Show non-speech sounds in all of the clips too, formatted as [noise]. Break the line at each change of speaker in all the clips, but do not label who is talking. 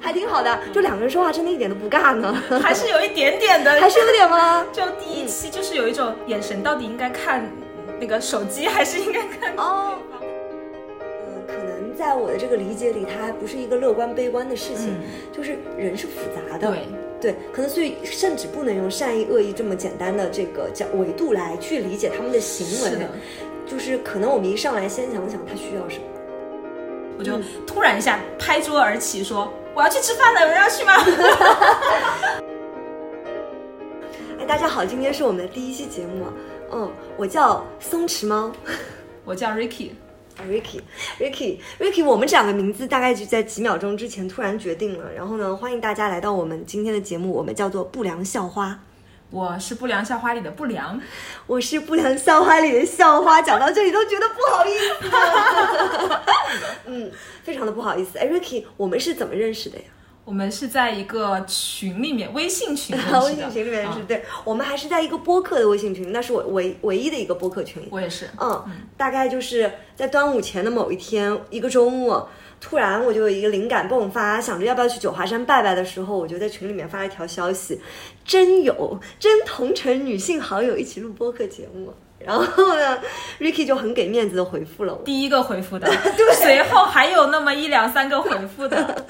还挺好的，
嗯
就两个人说话真的一点都不尬呢，
还是有一点点的，
还是有点吗？
[laughs] 就第一期就是有一种眼神到底应该看那个手机还是应该看
哦，嗯，可能在我的这个理解里，它还不是一个乐观悲观的事情，就是人是复杂的，
嗯对
[laughs] 对，可能所以甚至不能用善意恶意这么简单的这个角维度来去理解他们的行
是
为
的，。
就是可能我们一上来先想想他需要什么。
我就
嗯
突然一下拍桌而起说。我要去吃饭了，有人要去吗？ [laughs]
哎，大家好，今天是我们的第一期节目啊，嗯，我叫松弛猫。
我叫 Ricky，
Ricky，Ricky，Ricky，我们这两个名字大概就在几秒钟之前突然决定了。然后呢，欢迎大家来到我们今天的节目，我们叫做《不良校花
我是不良校花里的不良。》，
我是《不良校花》里的校花。讲到这里都觉得不好意
[laughs]
思了，嗯，非常的不好意思。哎，Ricky，我们是怎么认识的呀？
我们是在一个群里面，微信群
[laughs]
认识的，
微信群里面
啊
是、对，我们还是在一个播客的微信群，那是我唯唯一的一个播客群。
我也是，
嗯，大概就是在端午前的某一天，一个周末，突然我就有一个灵感迸发，想着要不要去九华山拜拜的时候，我就在群里面发了一条消息，真有真同城女性好友一起录播客节目。 [laughs] 然后呢，Ricky 就很给面子的回复了我，
第一个回
[laughs]
复的，对，随后还有那么一两三个回复
[laughs]
的，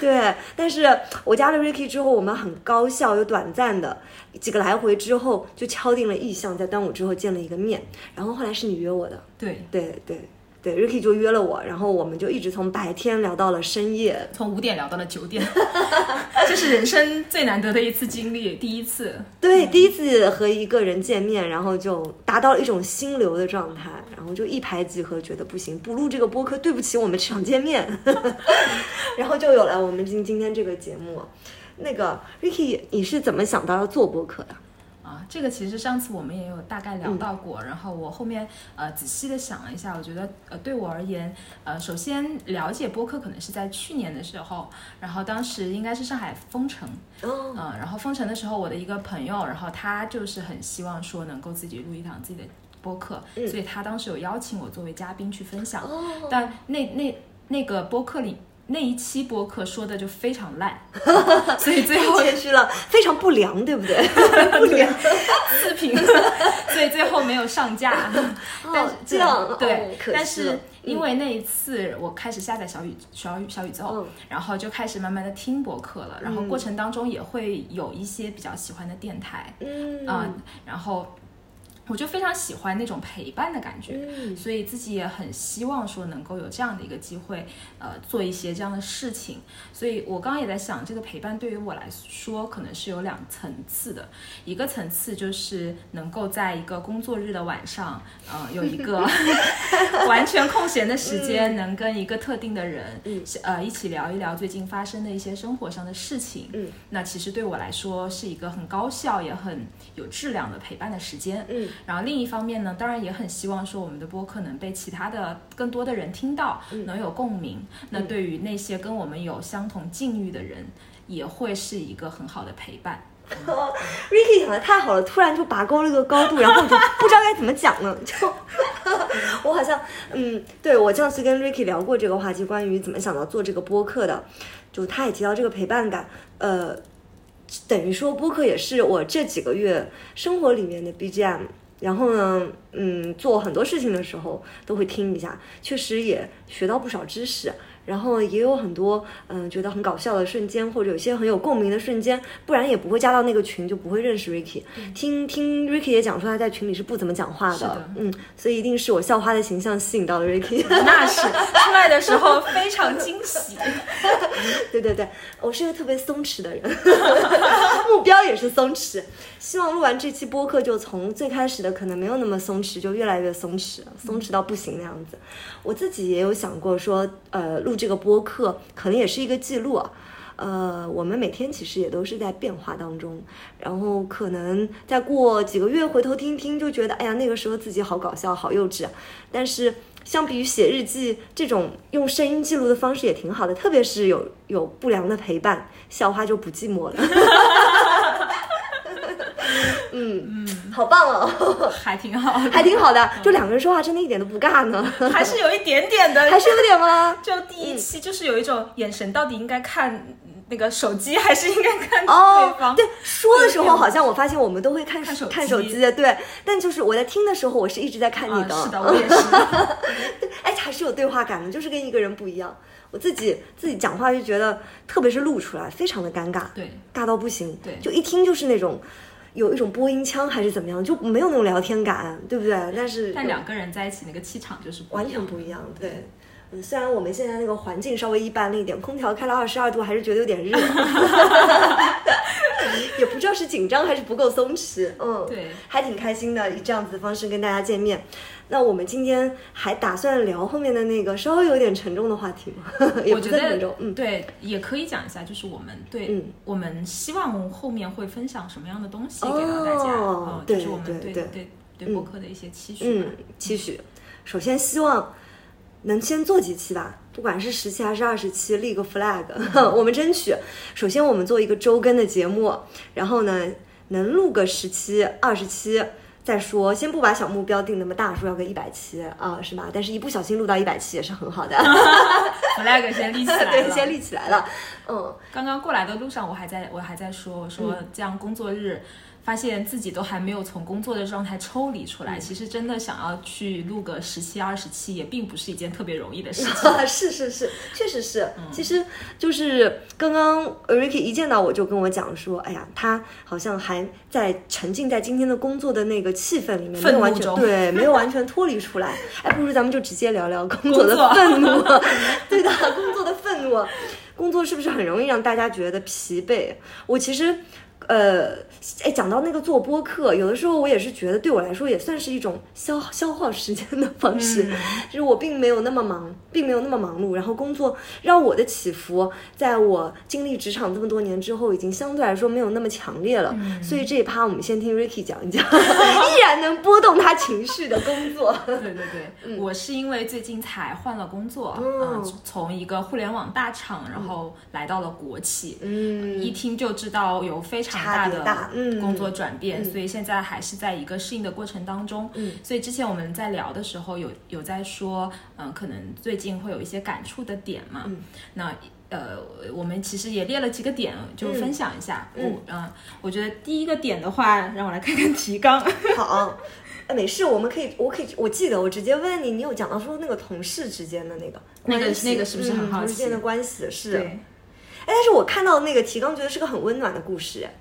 对，但是我加了 Ricky 之后，我们很高效又短暂的几个来回之后，就敲定了意向，在端午之后见了一个面。然后后来是你约我的，
对，
对对对，Ricky 就约了我，然后我们就一直从白天聊到了深夜。
从五点聊到了九点， [laughs] 这是人生最难得的一次经历，第一次，
对，第一次和一个人见面，然后就达到了一种心流的状态，然后就一拍即合，觉得不行，不录这个播客，对不起，我们这场见面， [laughs] 然后就有了我们今今天这个节目。那个 Ricky，你是怎么想到要做播客的？
啊，这个其实上次我们也有大概聊到过，然后我后面呃仔细的想了一下，我觉得呃对我而言，呃首先了解播客可能是在去年的时候，然后当时应该是上海封城，
[laughs] 哦，
嗯，然后封城的时候，我的一个朋友，然后他就是很希望说能够自己录一档自己的播客，
嗯
所以他当时有邀请我作为嘉宾去分享，
哦，
但那那那个播客里。那一期播客说的就非常烂，所以最后
太谦虚了，非常不良，对不对？ [laughs] 不良，
视
[laughs]
频，所以最后没有上架。但是
哦这样哦
对
可，
但
惜了
是因为那一次我开始下载小宇小宇小宇宙
嗯，
然后就开始慢慢的听博客了，然后
嗯
过程当中也会有一些比较喜欢的电台，
嗯
啊、然后我就非常喜欢那种陪伴的感觉，
嗯
所以自己也很希望说能够有这样的一个机会，呃，做一些这样的事情。所以我刚刚也在想，这个陪伴对于我来说可能是有两层次的，一个层次就是能够在一个工作日的晚上，呃，有一个 [laughs] 完全空闲的时间，能跟一个特定的人，
嗯
呃，一起聊一聊最近发生的一些生活上的事情，
嗯
那其实对我来说是一个很高效也很有质量的陪伴的时间。
嗯
然后另一方面呢，当然也很希望说我们的播客能被其他的更多的人听到，
嗯
能有共鸣。那对于那些跟我们有相同境遇的人，也会是一个很好的陪
[laughs]
伴。
Ricky 讲的太好了，突然就拔高了一个高度，然后我就不知道该怎么讲了。就我好像，嗯，对我上次跟 Ricky 聊过这个话题，关于怎么想到做这个播客的，就他也提到这个陪伴感，呃，等于说播客也是我这几个月生活里面的 BGM。然后呢，嗯，做很多事情的时候都会听一下，确实也学到不少知识。然后也有很多嗯觉得很搞笑的瞬间，或者有些很有共鸣的瞬间，不然也不会加到那个群，就不会认识 Ricky。听听 Ricky 也讲说他在群里是不怎么讲话的，
是的
嗯，所以一定是我校花的形象吸引到了 Ricky。 [laughs]
那是出来的时候非常惊喜。
对对对，我是一个特别松弛的人， [laughs] 目标也是松弛。希望录完这期播客，就从最开始的可能没有那么松弛，就越来越松弛，松弛到不行那样子。我自己也有想过说，呃，录这个播客可能也是一个记录啊。呃，我们每天其实也都是在变化当中，然后可能再过几个月回头听一听，就觉得哎呀，那个时候自己好搞笑，好幼稚啊。但是相比于写日记这种用声音记录的方式也挺好的，特别是有有不良的陪伴，校花就不寂寞了。嗯嗯，好棒哦， [laughs]
还挺好的，
还挺好
嗯
的，就两个人说话真的一点都不尬呢， [laughs]
还是有一点点的，
还是有点吗？
就第一期就是有一种眼神到底应该看那个手机还是应该看
哦
对方。，
对，说的时候好像我发现我们都会看
看手
看手
机
机的，对。但就是我在听的时候，我是一直在看你的，
啊，是的，我也是。
哎，还是有对话感的，就是跟一个人不一样。我自己自己讲话就觉得，特别是录出来，非常的尴尬，
对，
尬到不行，
对
就一听就是那种有一种播音腔还是怎么样，就没有那种聊天感，对不对？但是
但两个人在一起那个气场就是不一
完
样
全不一样，对。嗯，虽然我们现在那个环境稍微一般了一点，空调开了二十二度，还是觉得有点热， [laughs] 也不知道是紧张还是不够松弛，嗯，
对
还挺开心的，以这样子的方式跟大家见面。那我们今天还打算聊后面的那个稍微有点沉重的话题吗？ [laughs] 也
我
不
觉
算沉
得
重，，嗯，
对，也可以讲一下，就是我们对，
嗯
我们希望后面会分享什么样的东西给到大家，
哦
嗯就是
对
我们
对
对
对
对对
嗯
播客的一些期许吧
嗯，，期许。首先希望能先做几期吧，不管是十期还是二十期，立个 flag，、我 [laughs] 们争取。首先我们做一个周更的节目，然后呢，能录个十期、二十期。再说，先不把小目标定那么大，说要个一百期啊，是吧？但是一不小心录到一百期也是
[laughs]
很好的，
flag 先立起来了，
[laughs] 对，先立起来了。嗯，
刚刚过来的路上，我还在我还在说，我说这样工作日，发现自己都还没有从工作的状态抽离出来。其实真的想要去录个十期、二十期，也并不是一件特别容易的事情。
[laughs] 是是是，确实是。
嗯
其实就是刚刚 Ricky 一见到我就跟我讲说，哎呀，他好像还在沉浸在今天的工作的那个气氛里面，没
愤
有
怒
完全
中
对，没有完全脱离出来。哎，不如咱们就直接聊聊工作的
工作
愤怒， [laughs] 对的，工作的愤怒，工作是不是很容易让大家觉得疲惫？我其实。呃，哎，讲到那个做播客，有的时候我也是觉得，对我来说也算是一种消消耗时间的方式。就是我并没有那么忙，并没有那么忙碌，然后工作让我的起伏，在我经历职场这么多年之后，已经相对来说没有那么强烈了。所以这一趴我们先听 Ricky 讲一讲，依然能波动他情绪的工作。
[laughs]
[laughs]
对嗯对对，我是因为最近才换了工作，
哦
嗯、从一个互联网大厂，然后来到了国企，
嗯
一听就知道有非常大
差别大嗯
的工作转变，所以现在还是在一个适应的过程当中。
嗯
所以之前我们在聊的时候有有在说，嗯、可能最近会有一些感触的点嘛。
嗯
那呃，我们其实也列了几个点，就分享一下。
嗯
我嗯、我觉得第一个点的话，让我来看看提纲。
好，哎，没事，我们可以，我可以，我记得我直接问你，你有讲到说那个同事之间的那个
那个
关系
那个是不是很
嗯
好
同事之间
奇
的关系是，哎，
对
但是我看到那个提纲，觉得是个很温暖的故事，哎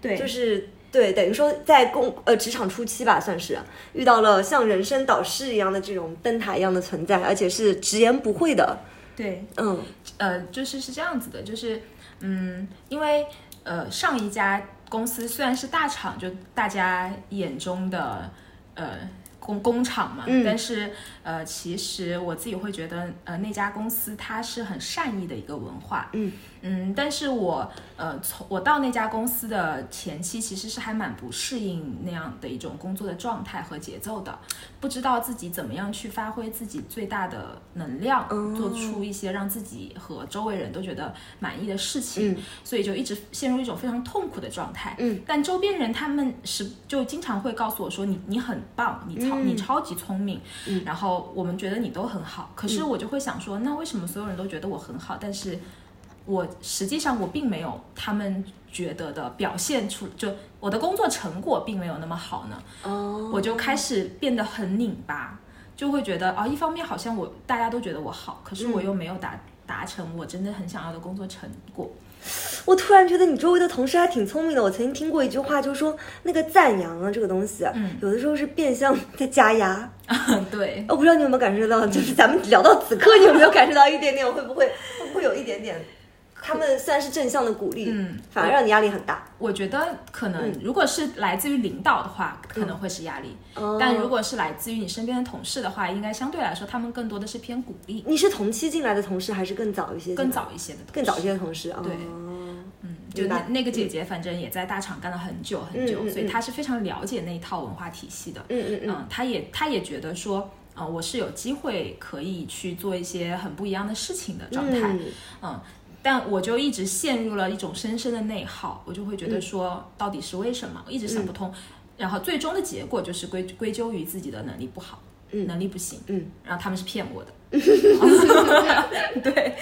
对，
就是对，等于说在工呃职场初期吧，算是遇到了像人生导师一样的这种灯塔一样的存在，而且是直言不讳的。
对。
嗯
[laughs] 呃，就是是这样子的，就是嗯，因为呃上一家公司虽然是大厂，就大家眼中的呃。工工厂嘛，
嗯
但是呃，其实我自己会觉得，呃，那家公司它是很善意的一个文化，
嗯
嗯，但是我呃，从我到那家公司的前期，其实是还蛮不适应那样的一种工作的状态和节奏的，不知道自己怎么样去发挥自己最大的能量，
哦
做出一些让自己和周围人都觉得满意的事情，
嗯
所以就一直陷入一种非常痛苦的状态。
嗯，
但周边人他们是就经常会告诉我说你你很棒，你超、
嗯
你超级聪明，然后我们觉得你都很
嗯
好，可是我就会想说，那为什么所有人都觉得我很好，但是我实际上我并没有他们觉得的表现出，就我的工作成果并没有那么好呢？
哦，
我就开始变得很拧巴，就会觉得啊、一方面好像我大家都觉得我好，可是我
嗯
又没有达、达成我真的很想要的工作成果。 [laughs]
我突然觉得你周围的同事还挺聪明的。我曾经听过一句话，就是说那个赞扬啊这个东西，
嗯
有的时候是变相在加压。
对，
我不知道你有没有感受到，就是咱们聊到此刻，你有没有感受到一点点？会不会会不会有一点点？他们虽然是正向的鼓励，
嗯
反而让你压力很大。
我觉得可能
嗯
如果是来自于领导的话，可能会是压力；
哦
但如果是来自于你身边的同事的话，应该相对来说他们更多的是偏鼓励，
你是同期进来的同事，还是更早一些进来？
更早一些的同事。
更早一些的同事啊。
对
哦
嗯，就
明白
那那个姐姐，反正也在大厂干了很久很久，
嗯嗯
所以她是非常了解那一套文化体系的。
嗯嗯嗯
嗯，他也他也觉得说，呃，我是有机会可以去做一些很不一样的事情的状态，嗯。
嗯
但我就一直陷入了一种深深的内耗，我就会
嗯
觉得说，到底是为什么？我一直想不通。然后最终的结果就是归归咎于自己的能力不好，能力不行，
嗯， [laughs]
然后他们是骗我的，对，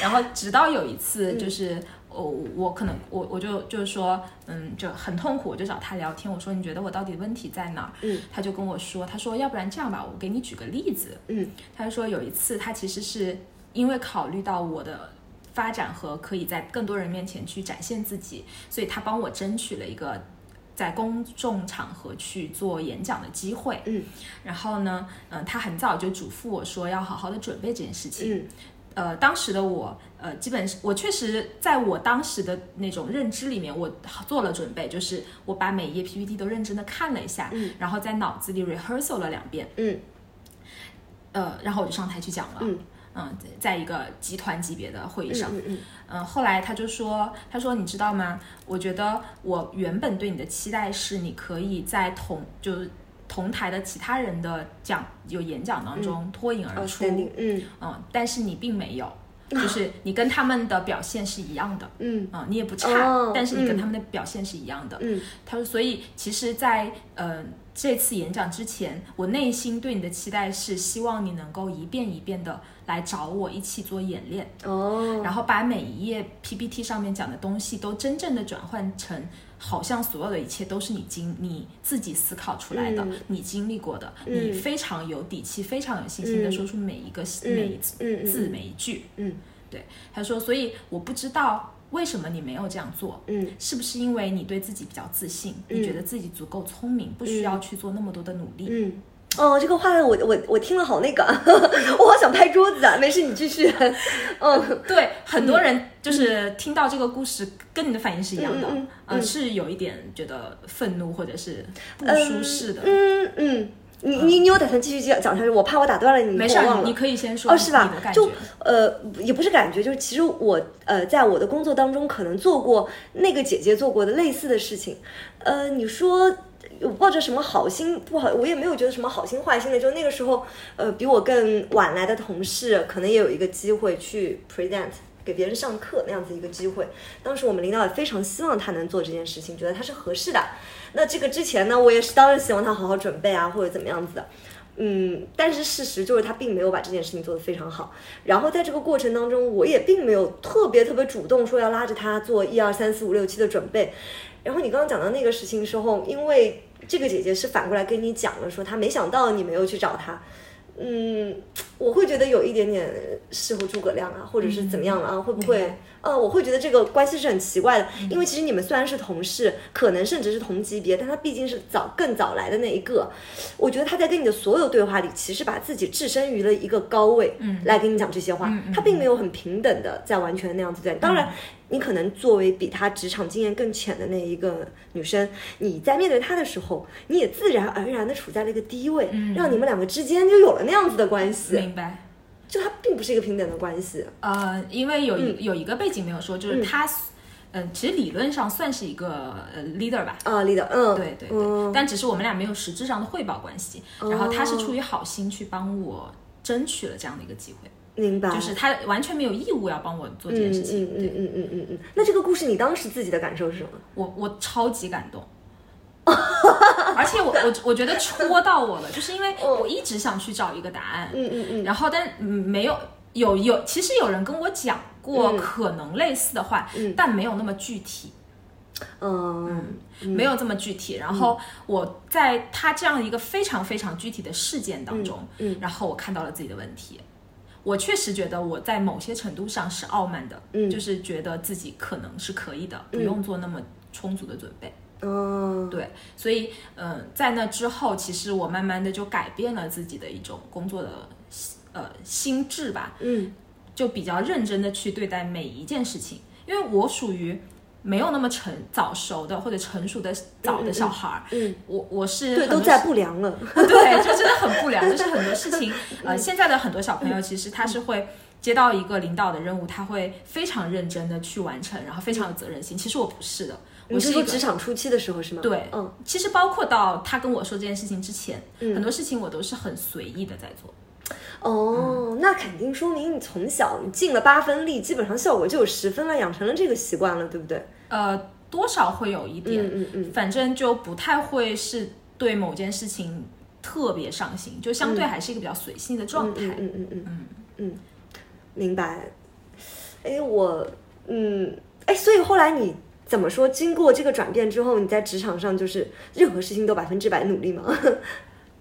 然后直到有一
嗯
次就是。我我可能我我就就是说，嗯，就很痛苦，我就找他聊天，我说你觉得我到底问题在哪儿？
嗯，
他就跟我说，他说要不然这样吧，我给你举个例子，
嗯，
他就说有一次他其实是因为考虑到我的发展和可以在更多人面前去展现自己，所以他帮我争取了一个在公众场合去做演讲的机会，
嗯，
然后呢，嗯、他很早就嘱咐我说要好好的准备这件事情，
嗯
呃，当时的我，呃，基本是我确实在我当时的那种认知里面，我做了准备，就是我把每一页 PPT 都认真的看了一下，
嗯
然后在脑子里 rehearsal 了两遍，
嗯
呃，然后我就上台去讲了，
嗯
嗯在在一个集团级别的会议上，
嗯嗯
嗯，后来他就说，他说你知道吗？我觉得我原本对你的期待是，你可以在同就是同台的其他人的讲有演讲当中脱颖而出，
嗯，outstanding，嗯
嗯，但是你并没
[laughs]
有，就是你跟他们的表现是一样的，
嗯
嗯，你也不差，
哦
但是你跟
嗯
他们的表现是一样的。
嗯
他说，所以其实在，呃这次演讲之前，我内心对你的期待是希望你能够一遍一遍的来找我一起做演练，
哦，
然后把每一页 PPT 上面讲的东西都真正的转换成，好像所有的一切都是你经你自己思考出来的，
嗯
你经历过的，
嗯
你非常有底气、非常有信心的
嗯
说出每一个、
嗯
每一次
嗯嗯
字、每一句。
嗯
对，他说，所以我不知道为什么你没有这样做。
嗯
是不是因为你对自己比较自信？你
嗯
觉得自己足够聪明，不需要去做那么多的努力？
嗯。哦，这个话我我我听了好那个，啊 [laughs] 我好想拍桌子啊！没事，你继续。 [laughs] 嗯
对，很多人就是听到这个故事，跟你的反应是一样的，
嗯嗯嗯
呃，
嗯
是有一点觉得愤怒或者是不舒适的。
嗯嗯，你你你有打算继续讲讲下去？我怕我打断了你，
没
我
事儿，
忘
你
了
你。可以先说
哦，是吧
你的？感觉
就。呃，也不是感觉，就是其实我呃，在我的工作当中，可能做过那个姐姐做过的类似的事情。呃，你说有抱着什么好心不好，我也没有觉得什么好心坏心的。就那个时候，呃，比我更晚来的同事，可能也有一个机会去 present。给别人上课那样子一个机会，当时我们领导也非常希望他能做这件事情，觉得他是合适的。那这个之前呢，我也是当然希望他好好准备啊，或者怎么样子的。嗯，但是事实就是他并没有把这件事情做得非常好。然后在这个过程当中，我也并没有特别特别主动说要拉着他做一二三四五六七的准备。然后你刚刚讲到那个事情的时候，因为这个姐姐是反过来跟你讲了，说她没想到你没有去找她。嗯，我会觉得有一点点事后诸葛亮啊，或者是怎么样啊，
嗯
会不会
明白？
呃，我会觉得这个关系是很奇怪的，
嗯
因为其实你们虽然是同事，可能甚至是同级别，但他毕竟是早更早来的那一个。我觉得他在跟你的所有对话里，其实把自己置身于了一个高位，
嗯
来跟你讲这些话，
嗯
他并没有很平等的在完全那样子对待你。当然，你可能作为比他职场经验更浅的那一个女生，你在面对他的时候，你也自然而然的处在了一个低位，
嗯
让你们两个之间就有了那样子的关系，
明白。
就它并不是一个平等的关系。
呃，因为有
嗯
一、有一个背景没有说，就是他，嗯、其实理论上算是一个呃 leader 吧。
啊，丽的，嗯，
对对对，
嗯
但只是我们俩没有实质上的汇报关系。
哦
然后他是出于好心去帮我争取了这样的一个机会，
明白。
就是他完全没有义务要帮我做这件事情。
嗯嗯嗯嗯嗯嗯。那这个故事你当时自己的感受是什么？
我我超级感动，而且我我我觉得戳到我了，就是因为我一直想去找一个答案，
嗯嗯哦嗯
然后但嗯没有有有，其实有人跟我讲过
嗯
可能类似的话，
嗯
但没有那么具体。
嗯
没有这么具体，然后我在他这样一个非常非常具体的事件当中，
嗯
然后我看到了自己的问题，我确实觉得我在某些程度上是傲慢的，
嗯
就是觉得自己可能是可以的，不用做那么充足的准备。
嗯
对，所以嗯、呃在那之后，其实我慢慢的就改变了自己的一种工作的呃心智吧，
嗯
就比较认真的去对待每一件事情，因为我属于没有那么成早熟的或者成熟的早的小孩儿。
嗯，
我我是
对，
很多
都
事
在不良了。
[laughs] 对，就真的很不良，就是很多事
[laughs]
情，呃，现在的很多小朋友其实他是会接到一个领导的任务，他会非常认真的去完成，然后非常有责任心。其实我不是的，我
你
是
是
一个
说职场初期的时候是吗？
对，
嗯，
其实包括到他跟我说这件事情之前，
嗯
很多事情我都是很随意的在做。嗯
哦，那肯定说明你从小你进了八分力，基本上效果就有十分了，养成了这个习惯了，对不对？
呃，多少会有一点，
嗯嗯嗯
反正就不太会是对某件事情特别上心，就
嗯
相对还是一个比较随性的状态。
嗯嗯嗯嗯
嗯
嗯，明白。哎，我嗯，哎，所以后来你怎么说？经过这个转变之后，你在职场上就是任何事情都百分之百努力
[laughs]
吗？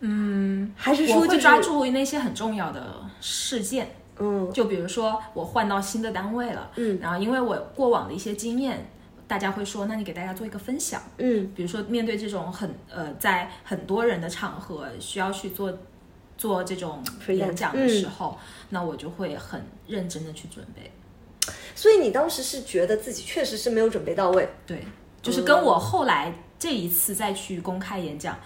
嗯，还是
我
说就
会
是
抓住那些很重要的事件，
嗯
就比如说我换到新的单位了，
嗯
然后因为我过往的一些经验，大家会说，那你给大家做一个分享。
嗯
比如说面对这种很呃，在很多人的场合需要去做做这种
Present，
演讲的
嗯哦
时候，那我就会很认真的去准备。
所以你当时是觉得自己确实是没有准备到位，
对，就是跟我后来这一次再去公开演讲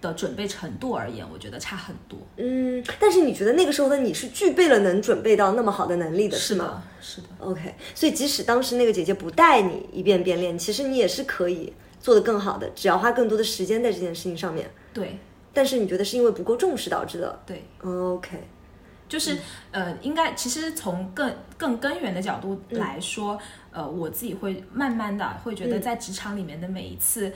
的准备程度而言，我觉得差很多。
嗯，但是你觉得那个时候的你是具备了能准备到那么好的能力的，是吗？
的，是的。
OK，所以即使当时那个姐姐不带你一遍遍练，其实你也是可以做得更好的，只要花更多的时间在这件事情上面。
对
但是你觉得是因为不够重视导致的
对，
？OK，
就是、
嗯
呃，应该其实从更更根源的角度
嗯
来说，呃，我自己会慢慢的会觉得
嗯
在职场里面的每一次，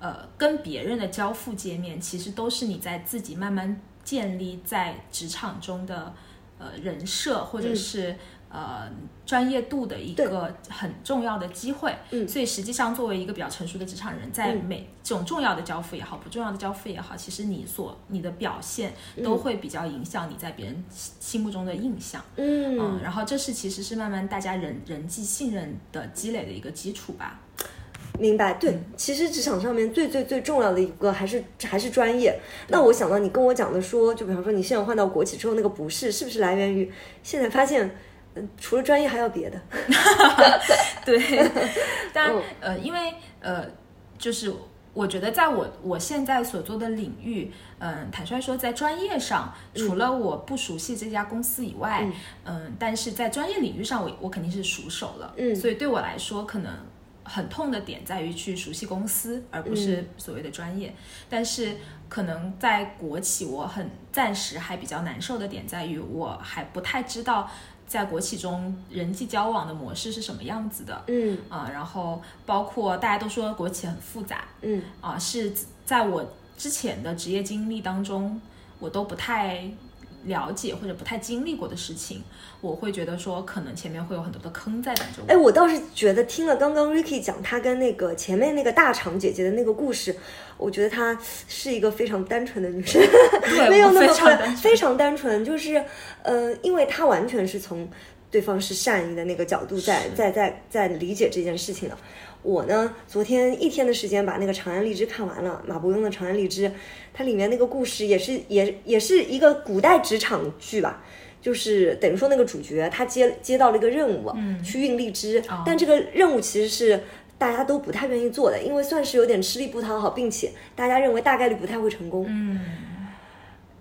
呃，跟别人的交付界面，其实都是你在自己慢慢建立在职场中的呃人设或者
嗯
是、呃专业度的一
对
个很重要的机会。
嗯
所以实际上作为一个比较成熟的职场人，在
嗯
每这种重要的交付也好，不重要的交付也好，其实你所你的表现
嗯
都会比较影响你在别人心心目中的印象。
嗯，
嗯，然后这是其实是慢慢大家人人际信任的积累的一个基础吧。
明白。
嗯
对，其实职场上面最最最重要的一个还是还是专业。那我想到你跟我讲的说，就比方说你现在换到国企之后那个不适，是不是来源于现在发现，嗯、除了专业还要别的？
[laughs] 对，但呃，因为呃，就是我觉得在我我现在所做的领域，嗯、坦率说，在专业上，除了我不熟悉这家公司以外，嗯、但是在专业领域上我，我肯定是熟手了，
嗯
所以对我来说，可能很痛的点在于去熟悉公司，而不是所谓的专业，但是。可能在国企，我很暂时还比较难受的点在于，我还不太知道在国企中人际交往的模式是什么样子的。
嗯
啊，然后包括大家都说国企很复杂
嗯
啊，是在我之前的职业经历当中，我都不太了解或者不太经历过的事情，我会觉得说可能前面会有很多的坑在等着我。
哎，我倒是觉得听了刚刚 Ricky 讲他跟那个前面那个大厂姐姐的那个故事，我觉得她是一个非常单纯的女生，
对
[laughs] 没有
我
那么
非常单
复杂
纯
非常单纯，就是呃，因为她完全是从对方是善意的那个角度在
是
在在在理解这件事情的。我呢，昨天一天的时间把那个《长安荔枝》看完了，马伯庸的《长安荔枝》，它里面那个故事也是也也是一个古代职场剧吧，就是等于说那个主角他接接到了一个任务，嗯，去运荔枝，但这个任务其实是大家都不太愿意做的，因为算是有点吃力不讨好，并且大家认为大概率不太会成功，嗯。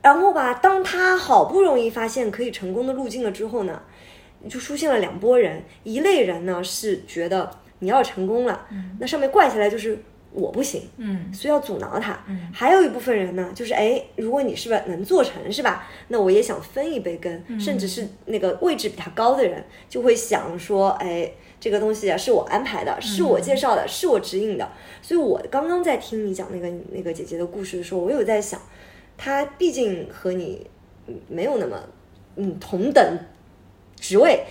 然后吧，当他好不容易发现可以成功的路径了之后呢，就出现了两拨人，一类人呢是觉得你要成功了，那上面怪起来就是我不行，
嗯
所以要阻挠他。还有一部分人呢，就是哎，如果你是吧能做成是吧，那我也想分一杯羹，甚至是那个位置比他高的人就会想说，哎，这个东西啊是我安排的，是我介绍的，是我指引的。所以我刚刚在听你讲那个那个姐姐的故事的时候，我有在想，她毕竟和你嗯没有那么嗯同等职位。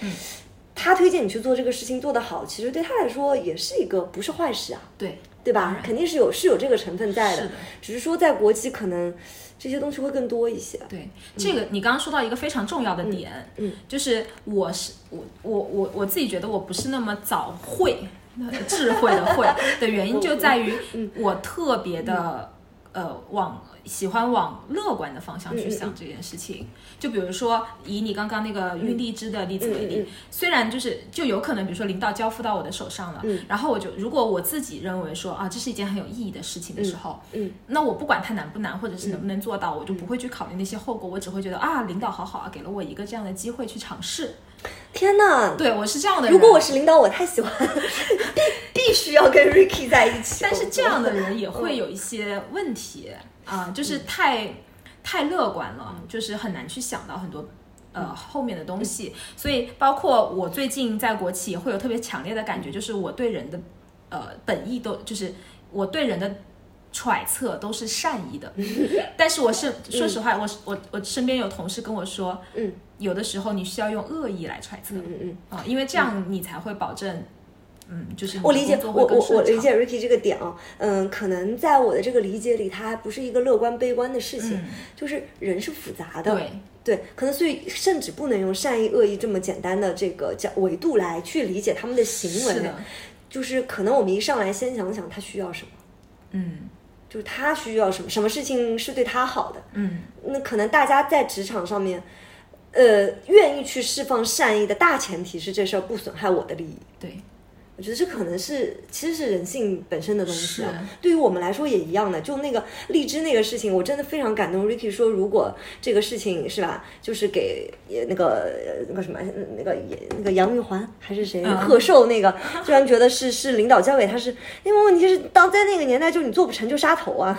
她推荐你去做这个事情做得好，其实对她来说也是一个不是坏事啊。
对
对吧？肯定是有是有这个成分在的，
是的
只是说在国企可能这些东西会更多一些。
对，这个你刚刚说到一个非常重要的点，
嗯
就是我是我我我我自己觉得我不是那么早会，智慧的会的原因就在于
嗯
我特别的、呃往喜欢往乐观的方向
嗯
去想这件事情。就比如说以你刚刚那个运荔枝的例子为例，
嗯嗯嗯嗯
虽然就是就有可能比如说领导交付到我的手上了，
嗯
然后我就如果我自己认为说啊这是一件很有意义的事情的时候，
嗯
那我不管它难不难，或者是能不能做到，我就不会去考虑那些后果，我只会觉得啊，领导好好啊，给了我一个这样的机会去尝试。
天哪！
对我是这样的人，
如果我是领导，我太
[laughs]
喜欢，必必须要跟 Ricky 在一起。
但是这样的人也会有一些问题啊、
嗯
就是太太乐观了，就是很难去想到很多。呃，后面的东西，所以包括我最近在国企会有特别强烈的感觉，就是我对人的，呃，本意都就是我对人的揣测都是善意
[laughs]
的，但是我是说实话，我是我我身边有同事跟我说，
嗯，
有的时候你需要用恶意来揣测
嗯嗯。
啊、因为这样你才会保证，嗯，就是你
我理解
的，工作
我
会更
我我
顺
理解 Ricky 这个点啊，嗯，可能在我的这个理解里，它还不是一个乐观悲观的事情，
嗯
就是人是复杂的，
畅对。
对，可能所以甚至不能用善意恶意这么简单的这个角维度来去理解他们的行
是
为
的，
就是可能我们一上来先想想他需要什么，
嗯
就是他需要什么，什么事情是对他好的，
嗯，
那可能大家在职场上面，呃，愿意去释放善意的大前提是这事儿不损害我的利益。
对，
我觉得这可能是其实是人性本身的东西、啊
是，
对于我们来说也一样的。就那个荔枝那个事情，我真的非常感动。Ricky 说，如果这个事情是吧，就是给呃那个呃那个什么呃那个也那个杨玉环还是谁
嗯
贺寿那个，居然觉得是是领导交给他是，因为问题是当在那个年代，就你做不成就杀头啊，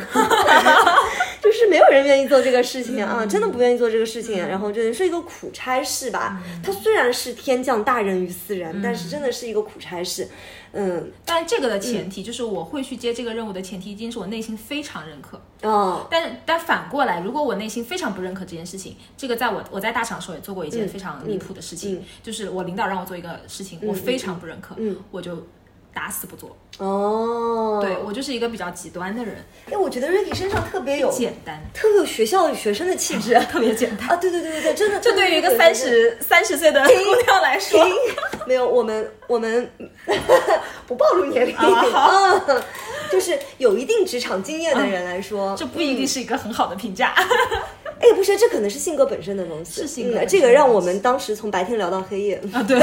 就是没有人愿意做这个事情啊，真的不愿意做这个事情、啊。然后就是一个苦差事吧，它虽然是天降大任于斯人，但是真的是一个苦差事。嗯，
但这个的前提就是我会去接这个任务的前提，一定是我内心非常认可。
哦，
但但反过来，如果我内心非常不认可这件事情，这个在我我在大厂的时候也做过一件非常离谱的事情，
嗯
就是我领导让我做一个事情，我非常不认可，
嗯
我就打死不做。
哦，
对我就是一个比较极端的人，
哎，我觉得 Ricky 身上特别有
简单，
特别有学校学生的气质
[laughs] 特别简单。
啊！对对对对对，真的，
这对于一个三十三十岁的姑娘来说，
没有，我们我们不暴露年龄
啊好
啊，就是有一定职场经验的人来说，
这不一定是一个很好的评
[laughs]
价。
哎，不是，这可能是性格本身的东西，嗯
是性格本身的东西
这个让我们当时从白天聊到黑夜。
啊，对，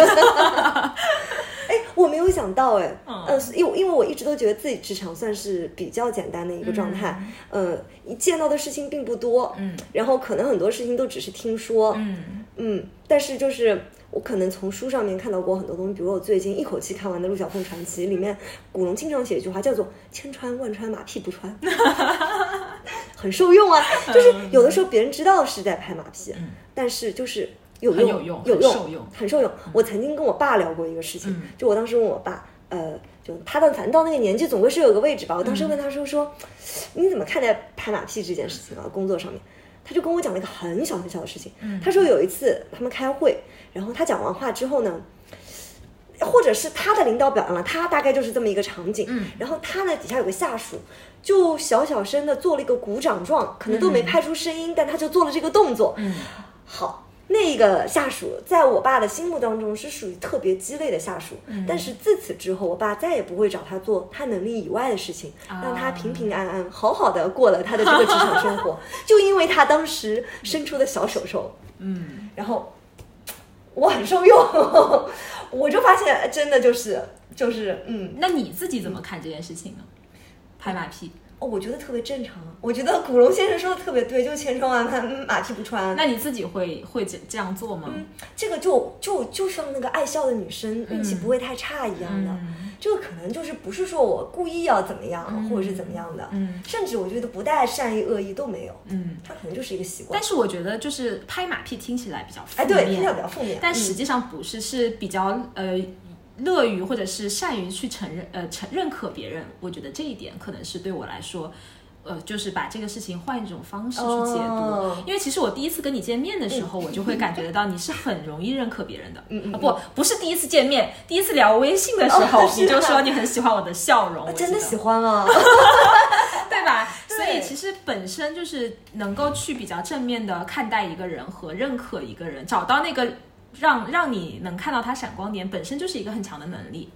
我没有想到哎，
嗯
呃，因为因为我一直都觉得自己职场算是比较简单的一个状态，呃，你见到的事情并不多，
嗯
然后可能很多事情都只是听说，
嗯
嗯，但是就是我可能从书上面看到过很多东西，比如我最近一口气看完的《陆小凤传奇》里面，古龙经常写一句话叫做“千穿万穿，马屁不穿”，很受用啊。
嗯
就是有的时候别人知道是在拍马屁，但是就是。有
很
用，
有用
有
很受用
很受用。我曾经跟我爸聊过一个事情，
嗯
就我当时问我爸，呃，就他到反正到那个年纪，总归是有个位置吧。我当
嗯
时问他说说，你怎么看待拍马屁这件事情啊？工作上面，他就跟我讲了一个很小很小的事情。
嗯
他说有一次他们开会，然后他讲完话之后呢，或者是他的领导表扬了他，大概就是这么一个场景。
嗯
然后他呢底下有个下属，就小小声的做了一个鼓掌状，可能都没拍出声音，但他就做了这个动作。
嗯
好，那个下属在我爸的心目当中是属于特别鸡肋的下属，
嗯
但是自此之后，我爸再也不会找他做他能力以外的事情，
啊
让他平平安安、好好的过了他的这个职场生
[laughs]
活，就因为他当时伸出的小手手，
嗯，
然后我很受用， [laughs] 我就发现真的就是就是嗯。
那你自己怎么看这件事情呢？拍马屁，
哦，我觉得特别正常。我觉得古龙先生说的特别对，就千穿万穿，马屁不穿。
那你自己会会这这样做吗？
这个就就就像那个爱笑的女生运气不会太差一样的，
嗯
这个可能就是不是说我故意要怎么样，或者是怎么样的，
嗯
甚至我觉得不带善意恶意都没有，
嗯。
它可能就是一个习惯
但。是我觉得就是拍马屁听起来比较负
哎，
面，
对，听起来比较负面，嗯
但实际上不是，是比较呃乐于或者是善于去承认呃承认可别人。我觉得这一点可能是对我来说。呃，就是把这个事情换一种方式去解读，
哦嗯
因为其实我第一次跟你见面的时候，我就会感觉得到你是很容易认可别人的。嗯嗯不，不是第一次见面，第一次聊微信的时候，
哦是啊
你就说你很喜欢我的笑容，我
嗯、真的
记得
喜欢啊， [laughs]
对吧？所
对
以其实本身就是能够去比较正面的看待一个人和认可一个人，找到那个让让你能看到他闪光点，本身就是一个很强的能力。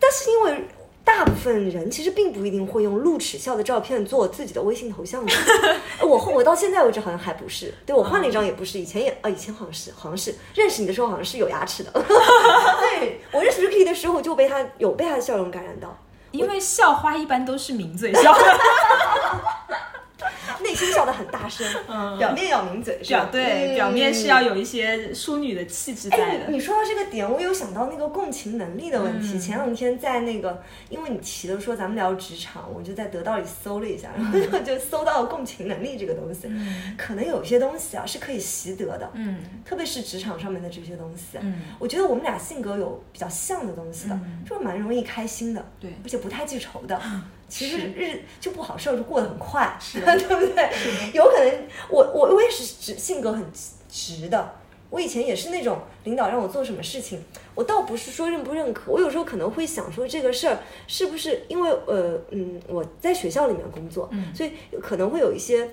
但是因为。大部分人其实并不一定会用露齿笑的照片做自己的微信
[laughs]
头像的，哎我我到现在为止好像还不是，对我换了一
嗯
张也不是，以前也啊以前好像是好像是认识你的时候好像是有牙
[laughs]
齿的，对我认识 Ricky 的时候就被他有被他的笑容感染到，
因为校花一般都是抿嘴
[laughs]
笑的，
内心笑得很大声，表面要抿嘴，是吧
嗯表对
嗯
表面是要有一些淑女的气质在
哎，你
的。嗯
你说到这个点，我有想到那个共情能力的问题。前两天在那个，因为你提了说咱们聊职场，我就在得到里搜了一下，然后就
嗯
[laughs] 就搜到了共情能力这个东西。可能有些东西啊是可以习得的，
嗯
特别是职场上面的这些东西。
嗯，
我觉得我们俩性格有比较像的东西的，就是蛮容易开心的，
对 [laughs]
而且不太记仇的。其实日就不好受，就过得很快，
是
[laughs] 对不对？有可能我我我也是直性格很直的，我以前也是那种领导让我做什么事情，我倒不是说认不认可，我有时候可能会想说这个事儿是不是因为呃嗯我在学校里面工作，
嗯
所以可能会有一些。